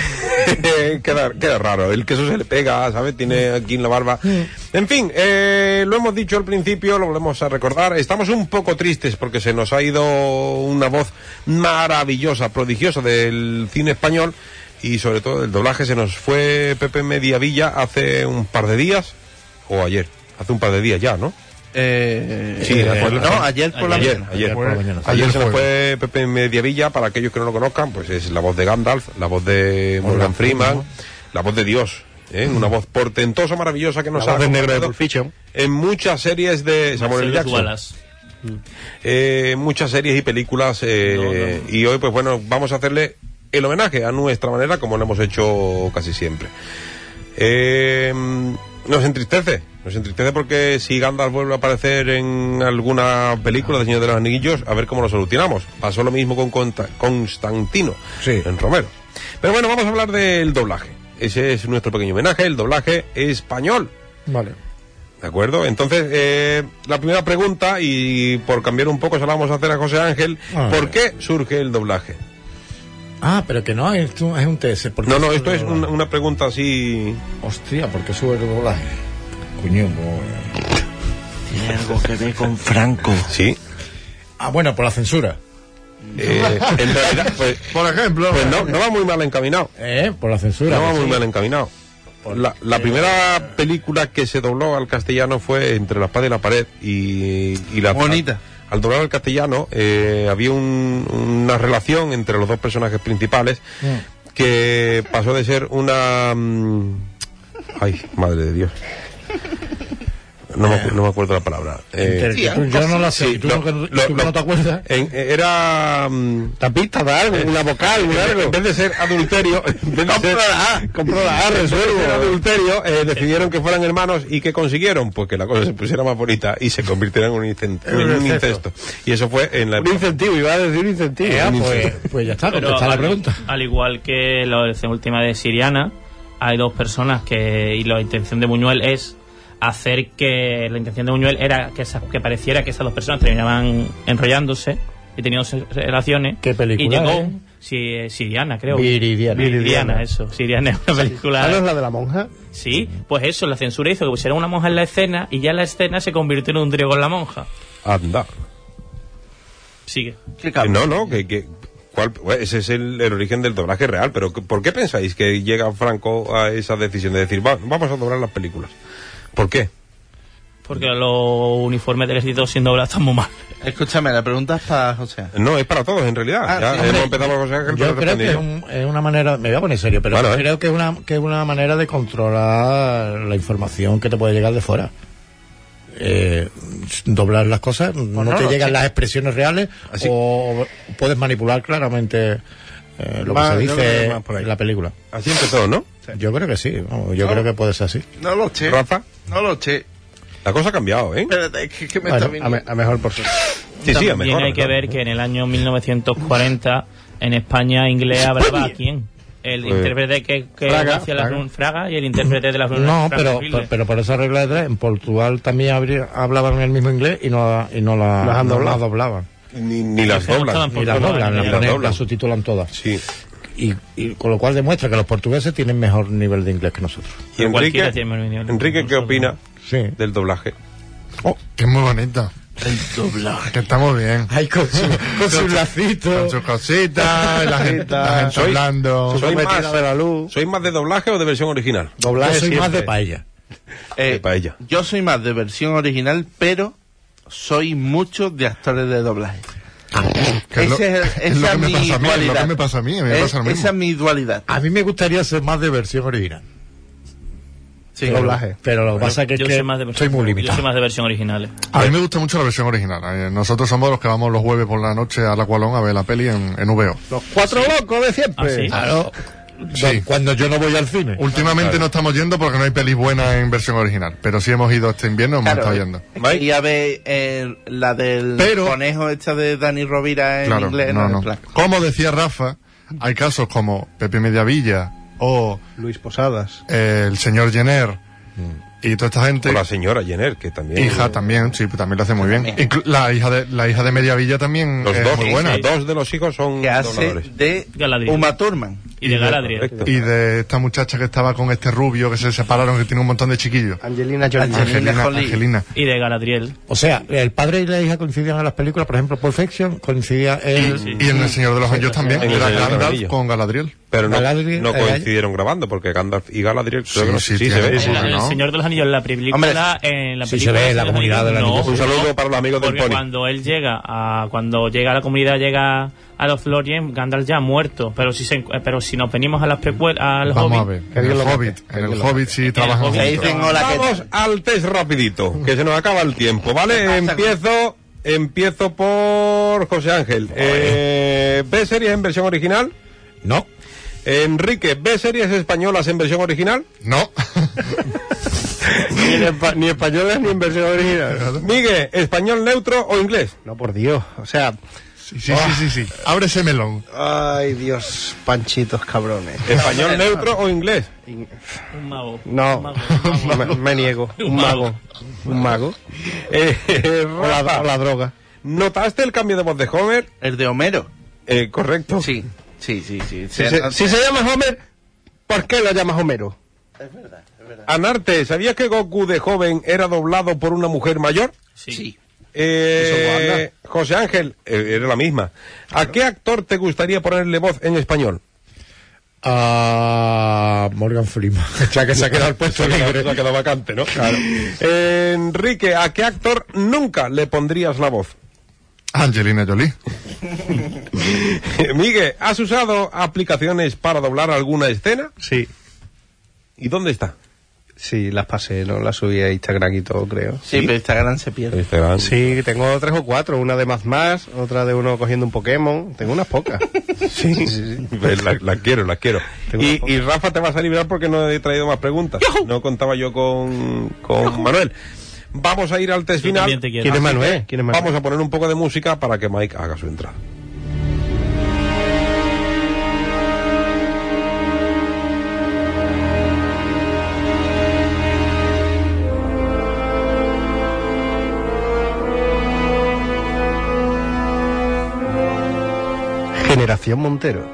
Speaker 3: queda, queda raro. El queso se le pega, ¿sabes? Tiene aquí en la barba. En fin, eh, lo hemos dicho al principio, lo volvemos a recordar. Estamos un poco tristes porque se nos ha ido una voz maravillosa, prodigiosa del cine español y sobre todo del doblaje. Se nos fue Pepe Mediavilla hace un par de días, o ayer, hace un par de días ya, ¿no?
Speaker 5: Eh,
Speaker 3: Sí,
Speaker 5: eh,
Speaker 3: la fue-
Speaker 5: no, ayer por la
Speaker 3: ayer,
Speaker 5: mañana.
Speaker 3: Ayer,
Speaker 7: por la mañana.
Speaker 3: Ayer se nos
Speaker 7: Ayer
Speaker 3: fue Pepe Mediavilla, para aquellos que no lo conozcan, pues es la voz de Gandalf, la voz de Morgan Freeman, la voz de Dios, ¿eh? una voz portentosa, maravillosa que nos
Speaker 4: Mm. La
Speaker 3: ha
Speaker 4: voz del negro de
Speaker 3: acompañado
Speaker 4: Pulp Fiction.
Speaker 3: en muchas series de Samuel L.
Speaker 8: Marcelo
Speaker 3: Jackson
Speaker 8: Wallace.
Speaker 3: eh, muchas series y películas eh, y hoy pues bueno vamos a hacerle el homenaje a nuestra manera como lo hemos hecho casi siempre Eh, nos entristece nos entristece porque si Gandalf vuelve a aparecer en alguna película de Señor de los Anillos a ver cómo lo solucionamos pasó lo mismo con Conta- Constantino en Romero pero bueno vamos a hablar del doblaje ese es nuestro pequeño homenaje el doblaje español
Speaker 4: Vale.
Speaker 3: ¿De acuerdo? Entonces, eh, la primera pregunta, y por cambiar un poco, se la vamos a hacer a José Ángel.
Speaker 7: Ah,
Speaker 3: ¿Por qué surge el doblaje?
Speaker 7: Ah, pero que no, es un, es un TS. ¿por qué
Speaker 3: No, no,
Speaker 7: sube
Speaker 3: esto
Speaker 7: el
Speaker 3: es
Speaker 7: doblaje?
Speaker 3: una, una pregunta así.
Speaker 7: Hostia, ¿por qué sube el doblaje? Coño, eh. cómo-
Speaker 5: Tiene algo que ver con Franco.
Speaker 3: Sí.
Speaker 7: Ah, bueno, por la censura.
Speaker 3: eh, en realidad, pues,
Speaker 9: Por ejemplo,
Speaker 3: pues no, no va muy mal encaminado.
Speaker 7: Eh, por la censura.
Speaker 3: No va
Speaker 7: que
Speaker 3: muy
Speaker 7: sí.
Speaker 3: mal encaminado. La, la primera película que se dobló al castellano fue Entre la espada y la pared y, y la
Speaker 5: Bonita.
Speaker 3: Al, al doblar al castellano eh, había un- una relación entre los dos personajes principales
Speaker 7: Mm.
Speaker 3: que pasó de ser una... mm, ay, madre de Dios. No me, acu- no me acuerdo la palabra. Eh,
Speaker 7: Pero que tú- yo no la sé.
Speaker 3: sí,
Speaker 7: y tú
Speaker 3: lo-
Speaker 7: no, tú
Speaker 3: lo-
Speaker 7: no
Speaker 3: lo-
Speaker 7: te acuerdas.
Speaker 3: en- era... mm,
Speaker 4: Tapita de algo, una vocal, un algo.
Speaker 3: en vez de ser adulterio, en vez de ser,
Speaker 4: compra la A,
Speaker 3: en vez de
Speaker 4: resuelvo.
Speaker 3: ser adulterio, eh, decidieron que fueran hermanos y que consiguieron, pues que la cosa se pusiera más bonita y se convirtieran en un, incen- en un incesto. Y eso fue en la
Speaker 4: Un incentivo, iba a decir un incentivo.
Speaker 3: Eh,
Speaker 7: Ah, pues, pues ya está,
Speaker 8: Pero
Speaker 7: contestada la
Speaker 8: al-
Speaker 7: pregunta.
Speaker 8: Al igual que la de- última de Siriana, hay dos personas que. Y la intención de Buñuel es hacer que. La intención de Buñuel era que, esa- que pareciera que esas dos personas terminaban enrollándose y teniendo se- relaciones.
Speaker 7: Qué película,
Speaker 8: Y llegó.
Speaker 7: ¿eh?
Speaker 8: un- si- eh, Siriana, creo.
Speaker 7: Viridiana.
Speaker 8: Viridiana, eso. Siriana es una
Speaker 4: Ah, ¿no es
Speaker 8: película.
Speaker 4: la de la monja?
Speaker 8: Sí, pues eso, la censura hizo que pusiera una monja en la escena y ya la escena se convirtió en un trío con la monja.
Speaker 3: Anda.
Speaker 8: Sigue.
Speaker 5: Qué cabrón.
Speaker 3: No, no, que... que- ¿cuál- Pues ese es el, el origen del doblaje real, pero que- ¿por qué pensáis que llega Franco a esa decisión de decir, "Va- vamos a doblar las películas? ¿Por qué?
Speaker 8: Porque los uniformes del ejército sin doblar están muy mal.
Speaker 5: Escúchame, la pregunta es para José.
Speaker 3: No, es para todos en realidad.
Speaker 5: Ah,
Speaker 3: ya
Speaker 5: sí,
Speaker 3: hemos
Speaker 5: hombre.
Speaker 3: empezado con José Ángel,
Speaker 7: Yo
Speaker 3: pero
Speaker 7: creo
Speaker 3: respondí
Speaker 7: que es,
Speaker 3: yo.
Speaker 7: un- es una manera, me voy a poner serio, pero
Speaker 3: Bueno, eh.
Speaker 7: creo que es una, que es una manera de controlar la información que te puede llegar de fuera. Eh, doblar las cosas, no, te llegan las expresiones reales o puedes manipular claramente eh, lo
Speaker 5: Va,
Speaker 7: que
Speaker 5: yo
Speaker 7: se
Speaker 5: creo que
Speaker 7: dice
Speaker 5: va por ahí.
Speaker 7: en la película.
Speaker 3: Así empezó, ¿no?
Speaker 7: Yo creo que sí, vamos, yo creo que puede ser así.
Speaker 5: No lo sé.
Speaker 3: Rafa,
Speaker 5: No lo sé.
Speaker 3: la cosa ha cambiado, ¿eh?
Speaker 5: Espérate, es que, que me
Speaker 4: Bueno,
Speaker 5: está
Speaker 4: a,
Speaker 5: viniendo.
Speaker 4: me- a mejor por suerte.
Speaker 3: Sí, sí, a
Speaker 8: También
Speaker 3: mejor.
Speaker 8: hay que
Speaker 3: ¿no?
Speaker 8: ver que en el año 1940 en España inglés hablaba a quién. El
Speaker 3: Pues-
Speaker 8: intérprete que, que
Speaker 4: Fraga,
Speaker 8: hacía la
Speaker 4: Fraga.
Speaker 8: frun- fraga y el intérprete de la frun-
Speaker 7: No,
Speaker 8: Fraga
Speaker 7: pero,
Speaker 8: Hitler.
Speaker 7: pero, pero por esa regla de tres, en Portugal también habría- hablaban el mismo inglés y no, y no, la,
Speaker 4: Las han
Speaker 7: no
Speaker 4: doblado.
Speaker 7: las doblaban.
Speaker 3: Ni, ni las
Speaker 8: Que no
Speaker 3: doblan.
Speaker 8: estaban
Speaker 7: Y las
Speaker 8: Portugal,
Speaker 7: doblan,
Speaker 8: ni
Speaker 7: las
Speaker 3: las
Speaker 7: ponen-
Speaker 3: doblan.
Speaker 7: las subtitulan todas.
Speaker 3: Sí.
Speaker 7: y, y con lo cual demuestra que los portugueses tienen mejor nivel de inglés que nosotros.
Speaker 3: ¿Y Enrique?
Speaker 8: Cualquiera tiene un nivel.
Speaker 3: Enrique, ¿qué opina
Speaker 7: Sí.
Speaker 3: del doblaje?
Speaker 9: que es Oh, muy bonita. Que está muy bien.
Speaker 7: Ay, con su, con su lacito.
Speaker 9: Con sus cositas, la gente, la gente
Speaker 3: Soy-
Speaker 9: hablando.
Speaker 3: soy
Speaker 4: Metida
Speaker 3: más.
Speaker 4: de la luz.
Speaker 3: ¿Sois más de doblaje o de versión original?
Speaker 7: Yo
Speaker 4: Doblaje
Speaker 7: soy más de
Speaker 4: siempre.
Speaker 7: paella.
Speaker 5: Eh,
Speaker 3: De paella.
Speaker 5: Yo soy más de versión original, pero soy mucho de actores de doblaje.
Speaker 9: Que es lo-
Speaker 5: Ese es-
Speaker 9: es lo que
Speaker 5: esa es
Speaker 9: me
Speaker 5: mi
Speaker 9: pasa a mí, es lo que
Speaker 5: dualidad.
Speaker 9: me pasa a mí, a mí me
Speaker 5: Es-
Speaker 9: pasa lo mismo.
Speaker 5: Esa es mi dualidad.
Speaker 7: A mí me gustaría ser más de versión original.
Speaker 5: Sí.
Speaker 7: Pero- Pero lo que pasa que es
Speaker 8: Yo
Speaker 7: que
Speaker 8: soy más de
Speaker 7: soy
Speaker 8: versión-
Speaker 7: muy
Speaker 8: Yo soy
Speaker 7: limitado.
Speaker 8: más de versión ¿eh? originales.
Speaker 9: A mí me gusta mucho la versión original. Eh, Nosotros somos los que vamos los jueves por la noche al Aqualón a ver la peli en, en VO.
Speaker 4: Los cuatro locos de siempre.
Speaker 8: Ah, sí.
Speaker 7: Claro,
Speaker 9: Sí.
Speaker 7: no, cuando yo no voy al cine.
Speaker 9: Últimamente no estamos yendo porque no hay pelis buenas en versión original, pero sí hemos ido este invierno, hemos
Speaker 5: Claro,
Speaker 9: estado yendo.
Speaker 5: es que ya ve eh, la del
Speaker 9: Pero-
Speaker 5: conejo esta de Dani Rovira en
Speaker 9: Claro,
Speaker 5: inglés.
Speaker 9: no,
Speaker 5: en
Speaker 9: no.
Speaker 5: plan.
Speaker 9: Como decía Rafa, hay casos como Pepe Mediavilla, o
Speaker 4: Luis Posadas,
Speaker 9: eh, el señor Jenner y toda esta gente.
Speaker 3: O la señora Jenner, que también.
Speaker 9: Hija también, sí, pues también lo hace muy bien.
Speaker 3: También.
Speaker 9: Inclu- la hija de la hija de Mediavilla también
Speaker 3: Los
Speaker 9: es
Speaker 3: dos,
Speaker 9: muy buena.
Speaker 3: los dos de los hijos son
Speaker 5: que hace
Speaker 3: dobladores.
Speaker 5: de Uma Thurman.
Speaker 9: Y de esta muchacha que estaba con este rubio que se separaron, que tiene un montón de chiquillos.
Speaker 4: Angelina
Speaker 9: Jolie. Angelina, Angelina.
Speaker 8: Y de Galadriel.
Speaker 7: O sea, el padre y la hija coincidían en las películas, por ejemplo, Perfection coincidía él.
Speaker 9: Y en El Señor de los Anillos también,
Speaker 3: En El
Speaker 9: era
Speaker 3: Señor de los
Speaker 9: Gandalf
Speaker 3: Anillos.
Speaker 9: con Galadriel.
Speaker 3: Pero no,
Speaker 7: Galadriel,
Speaker 3: no
Speaker 7: eh,
Speaker 3: coincidieron grabando, porque Gandalf y Galadriel creo
Speaker 9: Sí,
Speaker 3: que no
Speaker 9: sí,
Speaker 3: sí,
Speaker 9: tiene-
Speaker 3: se ve.
Speaker 9: sí, sí,
Speaker 8: El Señor de los Anillos, la película
Speaker 3: Hombre,
Speaker 8: en la película.
Speaker 3: sí se ve,
Speaker 8: de
Speaker 3: la
Speaker 8: los
Speaker 3: comunidad de
Speaker 8: Anillos,
Speaker 3: la
Speaker 8: no,
Speaker 3: Anillos. Un saludo
Speaker 8: no,
Speaker 3: para los amigos del
Speaker 8: porque
Speaker 3: Pony.
Speaker 8: Cuando él llega a cuando llega a la comunidad llega a los Florian, Gandalf ya ha muerto, pero si se, encu- eh, pero si nos venimos a las precuelas al
Speaker 9: Vamos
Speaker 8: Hobbit,
Speaker 9: a ver, en el Hobbit, en el Hobbit sí trabajan
Speaker 8: Hobbit
Speaker 9: juntos.
Speaker 8: dicen, "Hola, ¿qué
Speaker 3: Vamos al test rapidito, que se nos acaba el tiempo, ¿vale? Empiezo, empiezo por José Ángel. Eh, ¿Ves series en versión original?
Speaker 7: No.
Speaker 3: Enrique, ¿ves series españolas en versión original?
Speaker 9: No.
Speaker 4: ni, en espa- ni españolas ni en versión original.
Speaker 3: Miguel, ¿español neutro o inglés?
Speaker 4: No, por Dios, o sea,
Speaker 9: Sí, sí, sí, sí, sí. Abre ese melón.
Speaker 4: ay Dios, panchitos cabrones.
Speaker 3: ¿Español neutro o inglés?
Speaker 8: un mago.
Speaker 4: No, me, me niego, un mago, un mago.
Speaker 3: Eh, eh,
Speaker 4: O la, o la droga.
Speaker 3: ¿Notaste el cambio de voz de Homer?
Speaker 5: El de Homero.
Speaker 3: Eh, correcto.
Speaker 5: Sí, sí, sí, sí.
Speaker 4: Si se, si se llama Homer, ¿por qué lo llamas Homero?
Speaker 5: Es verdad, es verdad.
Speaker 3: Anarte, ¿sabías que Goku de joven era doblado por una mujer mayor?
Speaker 8: Sí.
Speaker 5: Sí.
Speaker 3: Eh, José Ángel, eh, era la misma. ¿A qué actor te gustaría ponerle voz en español?
Speaker 7: A Morgan Freeman. ya que se ha quedado el puesto
Speaker 3: Se ha quedado-
Speaker 7: libre.
Speaker 3: se ha quedado vacante, ¿no? Eh, Enrique, ¿a qué actor nunca le pondrías la voz?
Speaker 9: Angelina Jolie.
Speaker 3: Miguel, ¿has usado aplicaciones para doblar alguna escena?
Speaker 4: Sí,
Speaker 3: ¿Y dónde está?
Speaker 4: sí, las pasé, ¿no? Las subí a Instagram y todo, creo.
Speaker 5: Sí, pero Instagram se pierde.
Speaker 4: Sí, tengo tres o cuatro, una de más más, otra de uno cogiendo un Pokémon, tengo unas pocas.
Speaker 3: Sí, Pues la, la quiero, la quiero.
Speaker 4: Tengo una
Speaker 3: Y,
Speaker 4: foto.
Speaker 3: y Rafa te vas a liberar porque no he traído más preguntas. No contaba yo con, con Manuel. Vamos a ir al test
Speaker 8: Yo
Speaker 3: final.
Speaker 8: también te quiero.
Speaker 4: ¿Quién es
Speaker 8: Así
Speaker 4: Manuel? ¿Quién es Manuel?
Speaker 3: Vamos a poner un poco de música para que Mike haga su entrada.
Speaker 4: Generación Montero.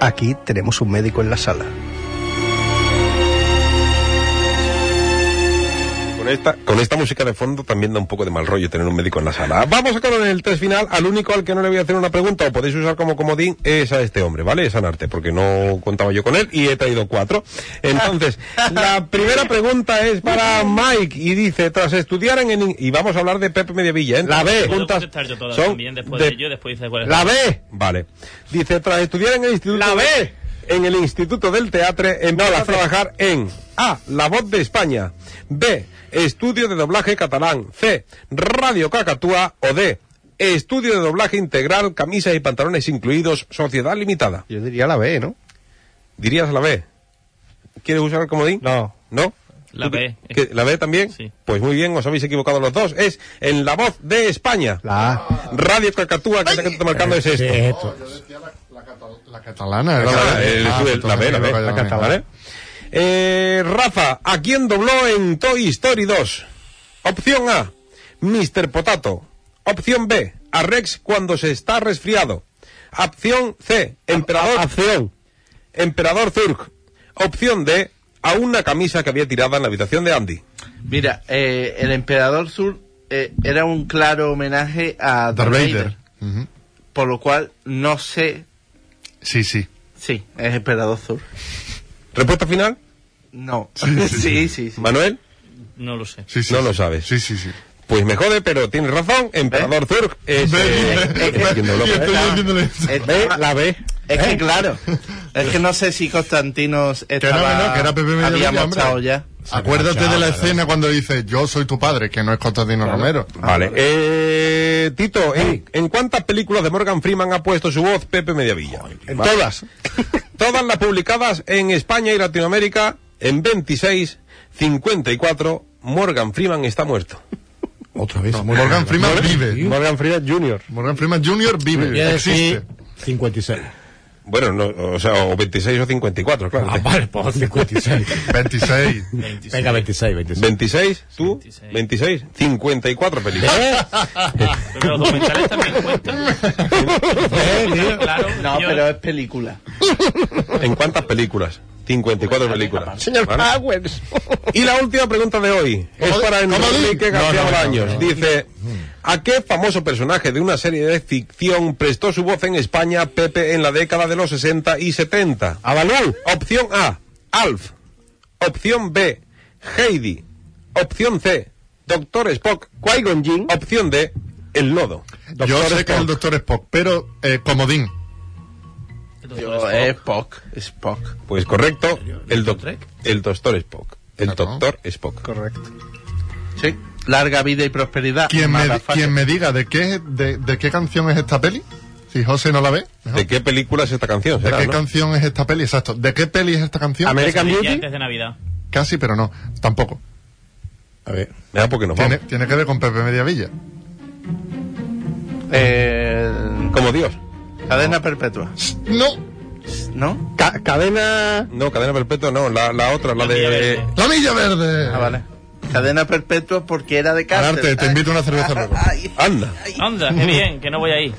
Speaker 4: Aquí tenemos un médico en la sala.
Speaker 3: Con esta, con esta música de fondo también da un poco de mal rollo tener un médico en la sala. Vamos a acabar en el test final. Al único al que no le voy a hacer una pregunta o podéis usar como comodín es a este hombre, ¿vale? Es Anarte, porque no contaba yo con él y he traído cuatro. Entonces, la primera pregunta es para Mike y dice, tras estudiar en... en- y vamos a hablar de Pepe Mediavilla, ¿eh?
Speaker 4: La B.
Speaker 3: Las
Speaker 8: Puedo
Speaker 3: preguntas
Speaker 8: contestar yo todas
Speaker 3: son
Speaker 8: también después
Speaker 3: de-
Speaker 8: de yo después dice cuál es
Speaker 4: ¡La B!
Speaker 3: Vale. Dice, tras estudiar en el instituto... ¡La B! En el Instituto del Teatro empieza a trabajar en A. La Voz de España B. Estudio de Doblaje Catalán C. Radio Cacatúa o D. Estudio de Doblaje Integral, Camisas y Pantalones Incluidos, Sociedad Limitada
Speaker 4: Yo diría la B, ¿no?
Speaker 3: ¿Dirías la B? ¿Quieres usar el comodín?
Speaker 4: No.
Speaker 3: ¿No?
Speaker 8: La
Speaker 3: ¿Tú
Speaker 8: B.
Speaker 3: que- que- ¿La B también?
Speaker 8: Sí.
Speaker 3: Pues muy bien, os habéis equivocado los dos Es en La Voz de España
Speaker 4: La A.
Speaker 3: Radio Cacatúa, que te está marcando es esto
Speaker 7: ¿Qué es esto?
Speaker 9: La catalana. era
Speaker 3: Claro,
Speaker 9: de-
Speaker 3: el-
Speaker 9: Ah,
Speaker 3: el- eh, la B, la B,
Speaker 9: entonces,
Speaker 3: la
Speaker 9: vale,
Speaker 3: catalana.
Speaker 9: vale.
Speaker 3: ¿Vale? Eh, Rafa, ¿a quién dobló en Toy Story 2? Opción A, Mr. Potato. Opción B, a Rex cuando se está resfriado. Opción C, Emperador. Emperador Zurg. Opción D, a una camisa que había tirada en la habitación de Andy.
Speaker 5: Mira, eh, el Emperador Sur eh, era un claro homenaje a
Speaker 9: Darth Vader. Ujú.
Speaker 5: Por lo cual, no sé.
Speaker 9: Sí, sí.
Speaker 5: Sí, es Emperador Sur.
Speaker 3: Respuesta final,
Speaker 5: No. Sí, sí, sí.
Speaker 3: Manuel.
Speaker 8: No lo sé.
Speaker 9: sí, sí
Speaker 3: No
Speaker 9: sí.
Speaker 3: lo sabes.
Speaker 9: Sí, sí, sí.
Speaker 3: Pues me jode, pero tienes razón, Emperador Zurg es... eh,
Speaker 5: es que-
Speaker 3: quien dobló.
Speaker 9: Yo estoy
Speaker 5: la-
Speaker 9: diciéndole eso.
Speaker 3: Eh,
Speaker 5: es-
Speaker 4: La B.
Speaker 5: Es que claro, es que no sé si Constantino estaba,
Speaker 9: Que no, que no, que era Pepe Mediavilla,
Speaker 5: había
Speaker 9: hombre.
Speaker 5: marchado ya.
Speaker 9: Acuérdate de la escena cuando dice yo soy tu padre, que no es Constantino Romero.
Speaker 3: Vale. Eh, Tito, ¿en, en cuántas películas de Morgan Freeman ha puesto su voz Pepe Mediavilla?
Speaker 4: En
Speaker 3: Vale.
Speaker 4: todas.
Speaker 3: Todas las publicadas en España y Latinoamérica en 26, 54. Morgan Freeman está muerto.
Speaker 7: Otra vez.
Speaker 9: Morgan Freeman vive.
Speaker 4: Morgan Freeman Jr.
Speaker 9: Morgan Freeman Jr. vive,
Speaker 7: Quiere
Speaker 9: existe.
Speaker 7: decir 56.
Speaker 3: Bueno, no, o sea, o 26 o 54, claro.
Speaker 7: Ah, vale, pues 56.
Speaker 3: 26.
Speaker 7: Venga, 26, 26.
Speaker 3: 26, tú, 26, 54 películas.
Speaker 8: Pero los documentales también cuentan.
Speaker 7: Eh,
Speaker 8: Claro,
Speaker 5: No,
Speaker 8: yo-
Speaker 5: pero es película.
Speaker 3: ¿En cuántas películas? 54 películas.
Speaker 4: Señor
Speaker 3: ¿Vale?
Speaker 4: Powers.
Speaker 3: Y la última pregunta de hoy es para Enrique García Bolaños. Dice, ¿a qué famoso personaje de una serie de ficción prestó su voz en España Pepe en la década de los 60 y 70?
Speaker 4: Avalú.
Speaker 3: Opción A, Alf. Opción B, Heidi. Opción C, Doctor Spock. Opción D, El Lodo.
Speaker 9: Yo sé que es el Doctor Spock, pero eh, Comodín.
Speaker 5: Yo, es Spock. Spock.
Speaker 3: Pues correcto, el, doc- el Doctor Spock. El Doctor Spock.
Speaker 4: Correcto.
Speaker 5: Sí. Larga vida y prosperidad.
Speaker 9: Quien me,
Speaker 5: motherfucker.
Speaker 9: quien me diga de qué, de, de qué canción es esta peli, si José no la ve,
Speaker 3: ¿De qué película es esta canción?
Speaker 9: de
Speaker 3: será,
Speaker 9: qué
Speaker 3: no?
Speaker 9: canción es esta peli, exacto. ¿De qué peli es esta canción?
Speaker 8: Ya Antes de Navidad.
Speaker 9: Casi, pero no, tampoco.
Speaker 7: A ver.
Speaker 3: Ya, porque nos
Speaker 9: Tiene,
Speaker 3: vamos.
Speaker 9: tiene que ver con Pepe Mediavilla.
Speaker 3: Como Dios.
Speaker 5: Eh, Cadena perpetua.
Speaker 9: No,
Speaker 5: ¿No?
Speaker 4: Ca- cadena.
Speaker 3: No, cadena perpetua, no. La, la otra, la de. eh,
Speaker 9: la Milla Verde.
Speaker 5: Ah, vale. Cadena perpetua porque era de cárcel.
Speaker 9: Ararte, te invito a una cerveza luego.
Speaker 5: Ay,
Speaker 3: Anda.
Speaker 8: Anda, qué bien, que no voy ahí.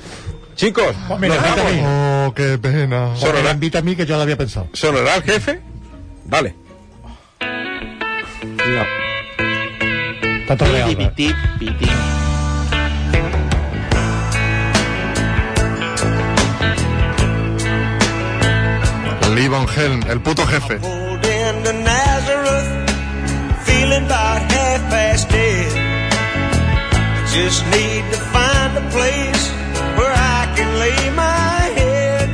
Speaker 3: Chicos,
Speaker 7: me
Speaker 3: nos
Speaker 7: lo
Speaker 3: vamos.
Speaker 7: invita a mí.
Speaker 9: Oh, qué pena.
Speaker 7: Porque la invita a mí que yo la había pensado.
Speaker 3: ¿Sonará el jefe? Vale.
Speaker 7: Está torreado.
Speaker 5: piti, piti, piti.
Speaker 9: Livon Helm, el puto jefe.
Speaker 2: Pulled into Nazareth, feeling about half past dead. I just need to find a place where I can lay my head.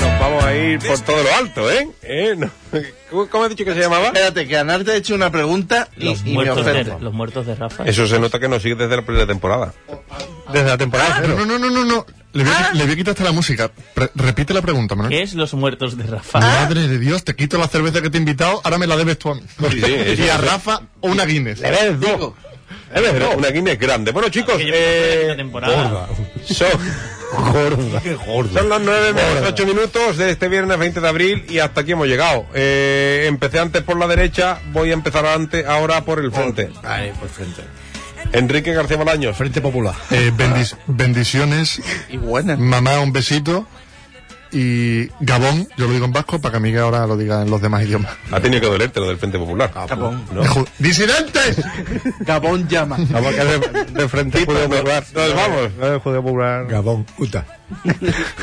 Speaker 3: Nos vamos a ir por todo lo alto, ¿eh? ¿Eh? No. ¿Cómo- ¿Cómo has dicho que se llamaba?
Speaker 5: Espérate, que Anarte ha hecho una pregunta y,
Speaker 8: Los,
Speaker 5: y me
Speaker 8: muertos de,
Speaker 5: ofende.
Speaker 8: los muertos de Rafa.
Speaker 3: Eso se nota que nos sigue desde la primera temporada.
Speaker 4: Desde la temporada cero.
Speaker 9: Ah, No, no, no, no, no. Le voy, a, qui- le voy a quitar hasta la música. Pre- repite la pregunta, Manuel. Ah.
Speaker 8: ¿Qué es los muertos de Rafa?
Speaker 9: Madre de Dios, te quito la cerveza que te he invitado, ahora me la debes tú a mí.
Speaker 3: Sí, sí, eso
Speaker 9: y a
Speaker 3: es.
Speaker 9: Rafa o una Guinness.
Speaker 4: Le ves dos.
Speaker 3: Es verdad, una Guinness grande. Bueno, chicos,
Speaker 8: Que yo me acuerdo de
Speaker 3: eh,
Speaker 8: la temporada.
Speaker 3: son, son las 9 menos 8 minutos de este viernes 20 de abril y hasta aquí hemos llegado. Eh, empecé antes por la derecha, voy a empezar antes, ahora por el frente.
Speaker 7: Ahí, por pues frente.
Speaker 3: Enrique García Bolaños.
Speaker 7: Frente Popular.
Speaker 9: Eh, bendic- bendiciones,
Speaker 5: Y buena.
Speaker 9: mamá, un besito. Y Gabón, yo lo digo en vasco para que Miguel ahora lo diga en los demás idiomas.
Speaker 3: Ha tenido que dolerte lo del Frente Popular.
Speaker 4: Ah,
Speaker 5: Gabón.
Speaker 3: No.
Speaker 9: Ju- ¡Disidentes!
Speaker 5: Gabón llama.
Speaker 4: pues, Vamos que de, de frente
Speaker 3: Tito,
Speaker 4: pude
Speaker 3: nos-
Speaker 4: burlar.
Speaker 3: nos vamos.
Speaker 4: No de Judeo Popular.
Speaker 7: Gabón, Uta.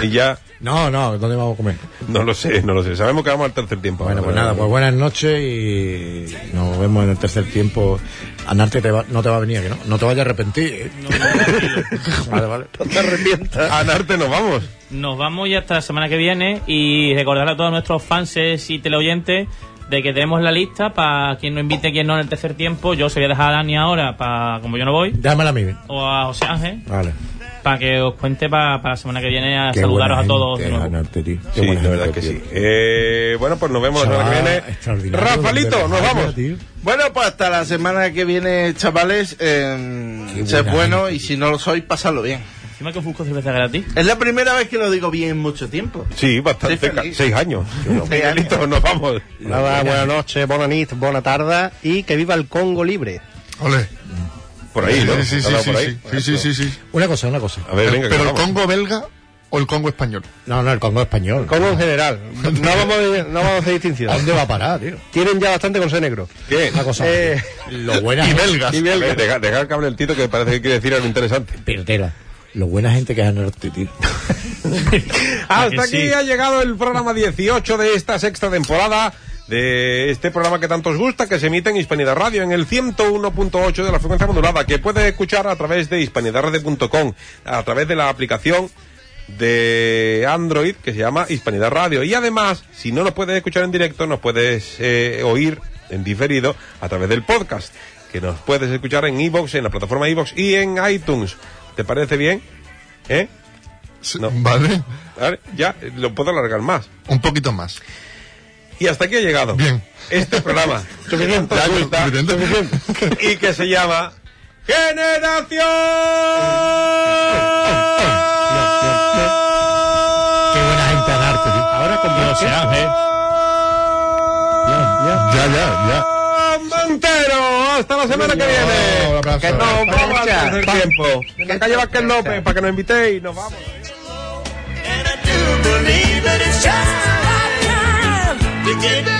Speaker 3: Y ya,
Speaker 7: No, no, ¿dónde vamos a comer?
Speaker 3: no lo sé, no lo sé. Sabemos que vamos al tercer tiempo.
Speaker 7: Bueno, pues nada, pues buenas noches y nos vemos en el tercer tiempo. Anarte te va- no te va a venir, que no, no te vayas a arrepentir. ¿eh? vale, vale.
Speaker 3: A Narte nos vamos.
Speaker 8: Nos vamos ya hasta la semana que viene y recordar a todos nuestros fans y teleoyentes de que tenemos la lista para quien no invite, quien no en el tercer tiempo. Yo se voy a dejar a Dani ahora, para como yo no voy,
Speaker 7: Dámela a mí.
Speaker 8: o a José Ángel,
Speaker 7: Vale.
Speaker 8: para que os cuente para la semana que viene a
Speaker 7: Qué
Speaker 8: saludaros
Speaker 7: buena
Speaker 8: a todos. de
Speaker 7: gente,
Speaker 8: nuevo.
Speaker 7: Anarte, tío. Qué
Speaker 3: Sí,
Speaker 7: buena
Speaker 3: la verdad
Speaker 7: gente,
Speaker 3: que sí.
Speaker 7: tío.
Speaker 3: Eh, bueno, pues nos vemos la semana que
Speaker 7: Chaval,
Speaker 3: viene.
Speaker 7: extraordinario,
Speaker 3: Rafaelito, nos
Speaker 7: hombre,
Speaker 3: vamos.
Speaker 7: tío.
Speaker 5: Bueno, pues hasta la semana que viene, chavales. Eh,
Speaker 7: Qué
Speaker 5: sed
Speaker 7: buena
Speaker 5: bueno
Speaker 7: gente,
Speaker 5: y si no lo sois, pasadlo bien.
Speaker 8: Encima que os busco cerveza gratis.
Speaker 5: Es la primera vez que lo digo bien en mucho tiempo.
Speaker 3: Sí, bastante.
Speaker 5: Estoy
Speaker 3: ca-
Speaker 5: feliz.
Speaker 3: Seis años.
Speaker 5: Seis años.
Speaker 3: Miguelito, nos vamos.
Speaker 4: Nada, buenas noches, buena nit, buena tarde y que viva el Congo libre.
Speaker 9: Ole.
Speaker 3: Por ahí, ¿no?
Speaker 9: Sí, sí, sí,
Speaker 3: Hablaba
Speaker 9: sí,
Speaker 3: por ahí.
Speaker 9: sí, sí, sí, sí, sí.
Speaker 7: Una cosa, una cosa.
Speaker 3: A ver, venga, que
Speaker 9: Pero el
Speaker 3: vamos.
Speaker 9: Congo belga o el Congo español.
Speaker 7: No, no, el Congo español.
Speaker 4: Congo en general. No vamos, a- no vamos a hacer
Speaker 7: ¿A
Speaker 4: distinción.
Speaker 7: dónde va a parar, tío?
Speaker 4: Tienen ya bastante con ser negro.
Speaker 3: ¿Qué?
Speaker 7: Una cosa.
Speaker 4: Eh,
Speaker 7: lo buena
Speaker 9: Y
Speaker 7: gente-
Speaker 9: belgas.
Speaker 3: A ver, deja- Dejar que hable el Tito que parece que quiere decir algo interesante.
Speaker 7: Perdera. Lo buena gente que es Anarte, tío.
Speaker 3: Hasta
Speaker 8: que sí.
Speaker 3: Ah, aquí ha llegado el programa 18 de esta sexta temporada de este programa que tanto os gusta, que se emite en Hispanidad Radio en el 101.8 de la frecuencia modulada, que puedes escuchar a través de hispanidadradio.com, a través de la aplicación de Android que se llama Hispanidad Radio. Y además, si no nos puedes escuchar en directo, nos puedes eh, oír en diferido a través del podcast, que nos puedes escuchar en iVoox, en la plataforma iVoox y en iTunes. ¿Te parece bien? ¿Eh?
Speaker 9: Sí,
Speaker 3: No.
Speaker 9: Vale.
Speaker 3: Vale, Ya, eh, lo puedo alargar más.
Speaker 9: Un poquito más.
Speaker 3: Y hasta aquí ha llegado.
Speaker 9: Bien.
Speaker 3: Este programa. que tanto os gusta y que se llama Generación.
Speaker 7: Qué buena gente Anarte, tío.
Speaker 8: José Ángel.
Speaker 9: Ya, ya, ya.
Speaker 3: Montero, hasta la semana que viene. Que no vamos a perder tiempo. En la calle Vázquez López, para que nos invitéis y nos vamos.
Speaker 2: believe that it's just our time to get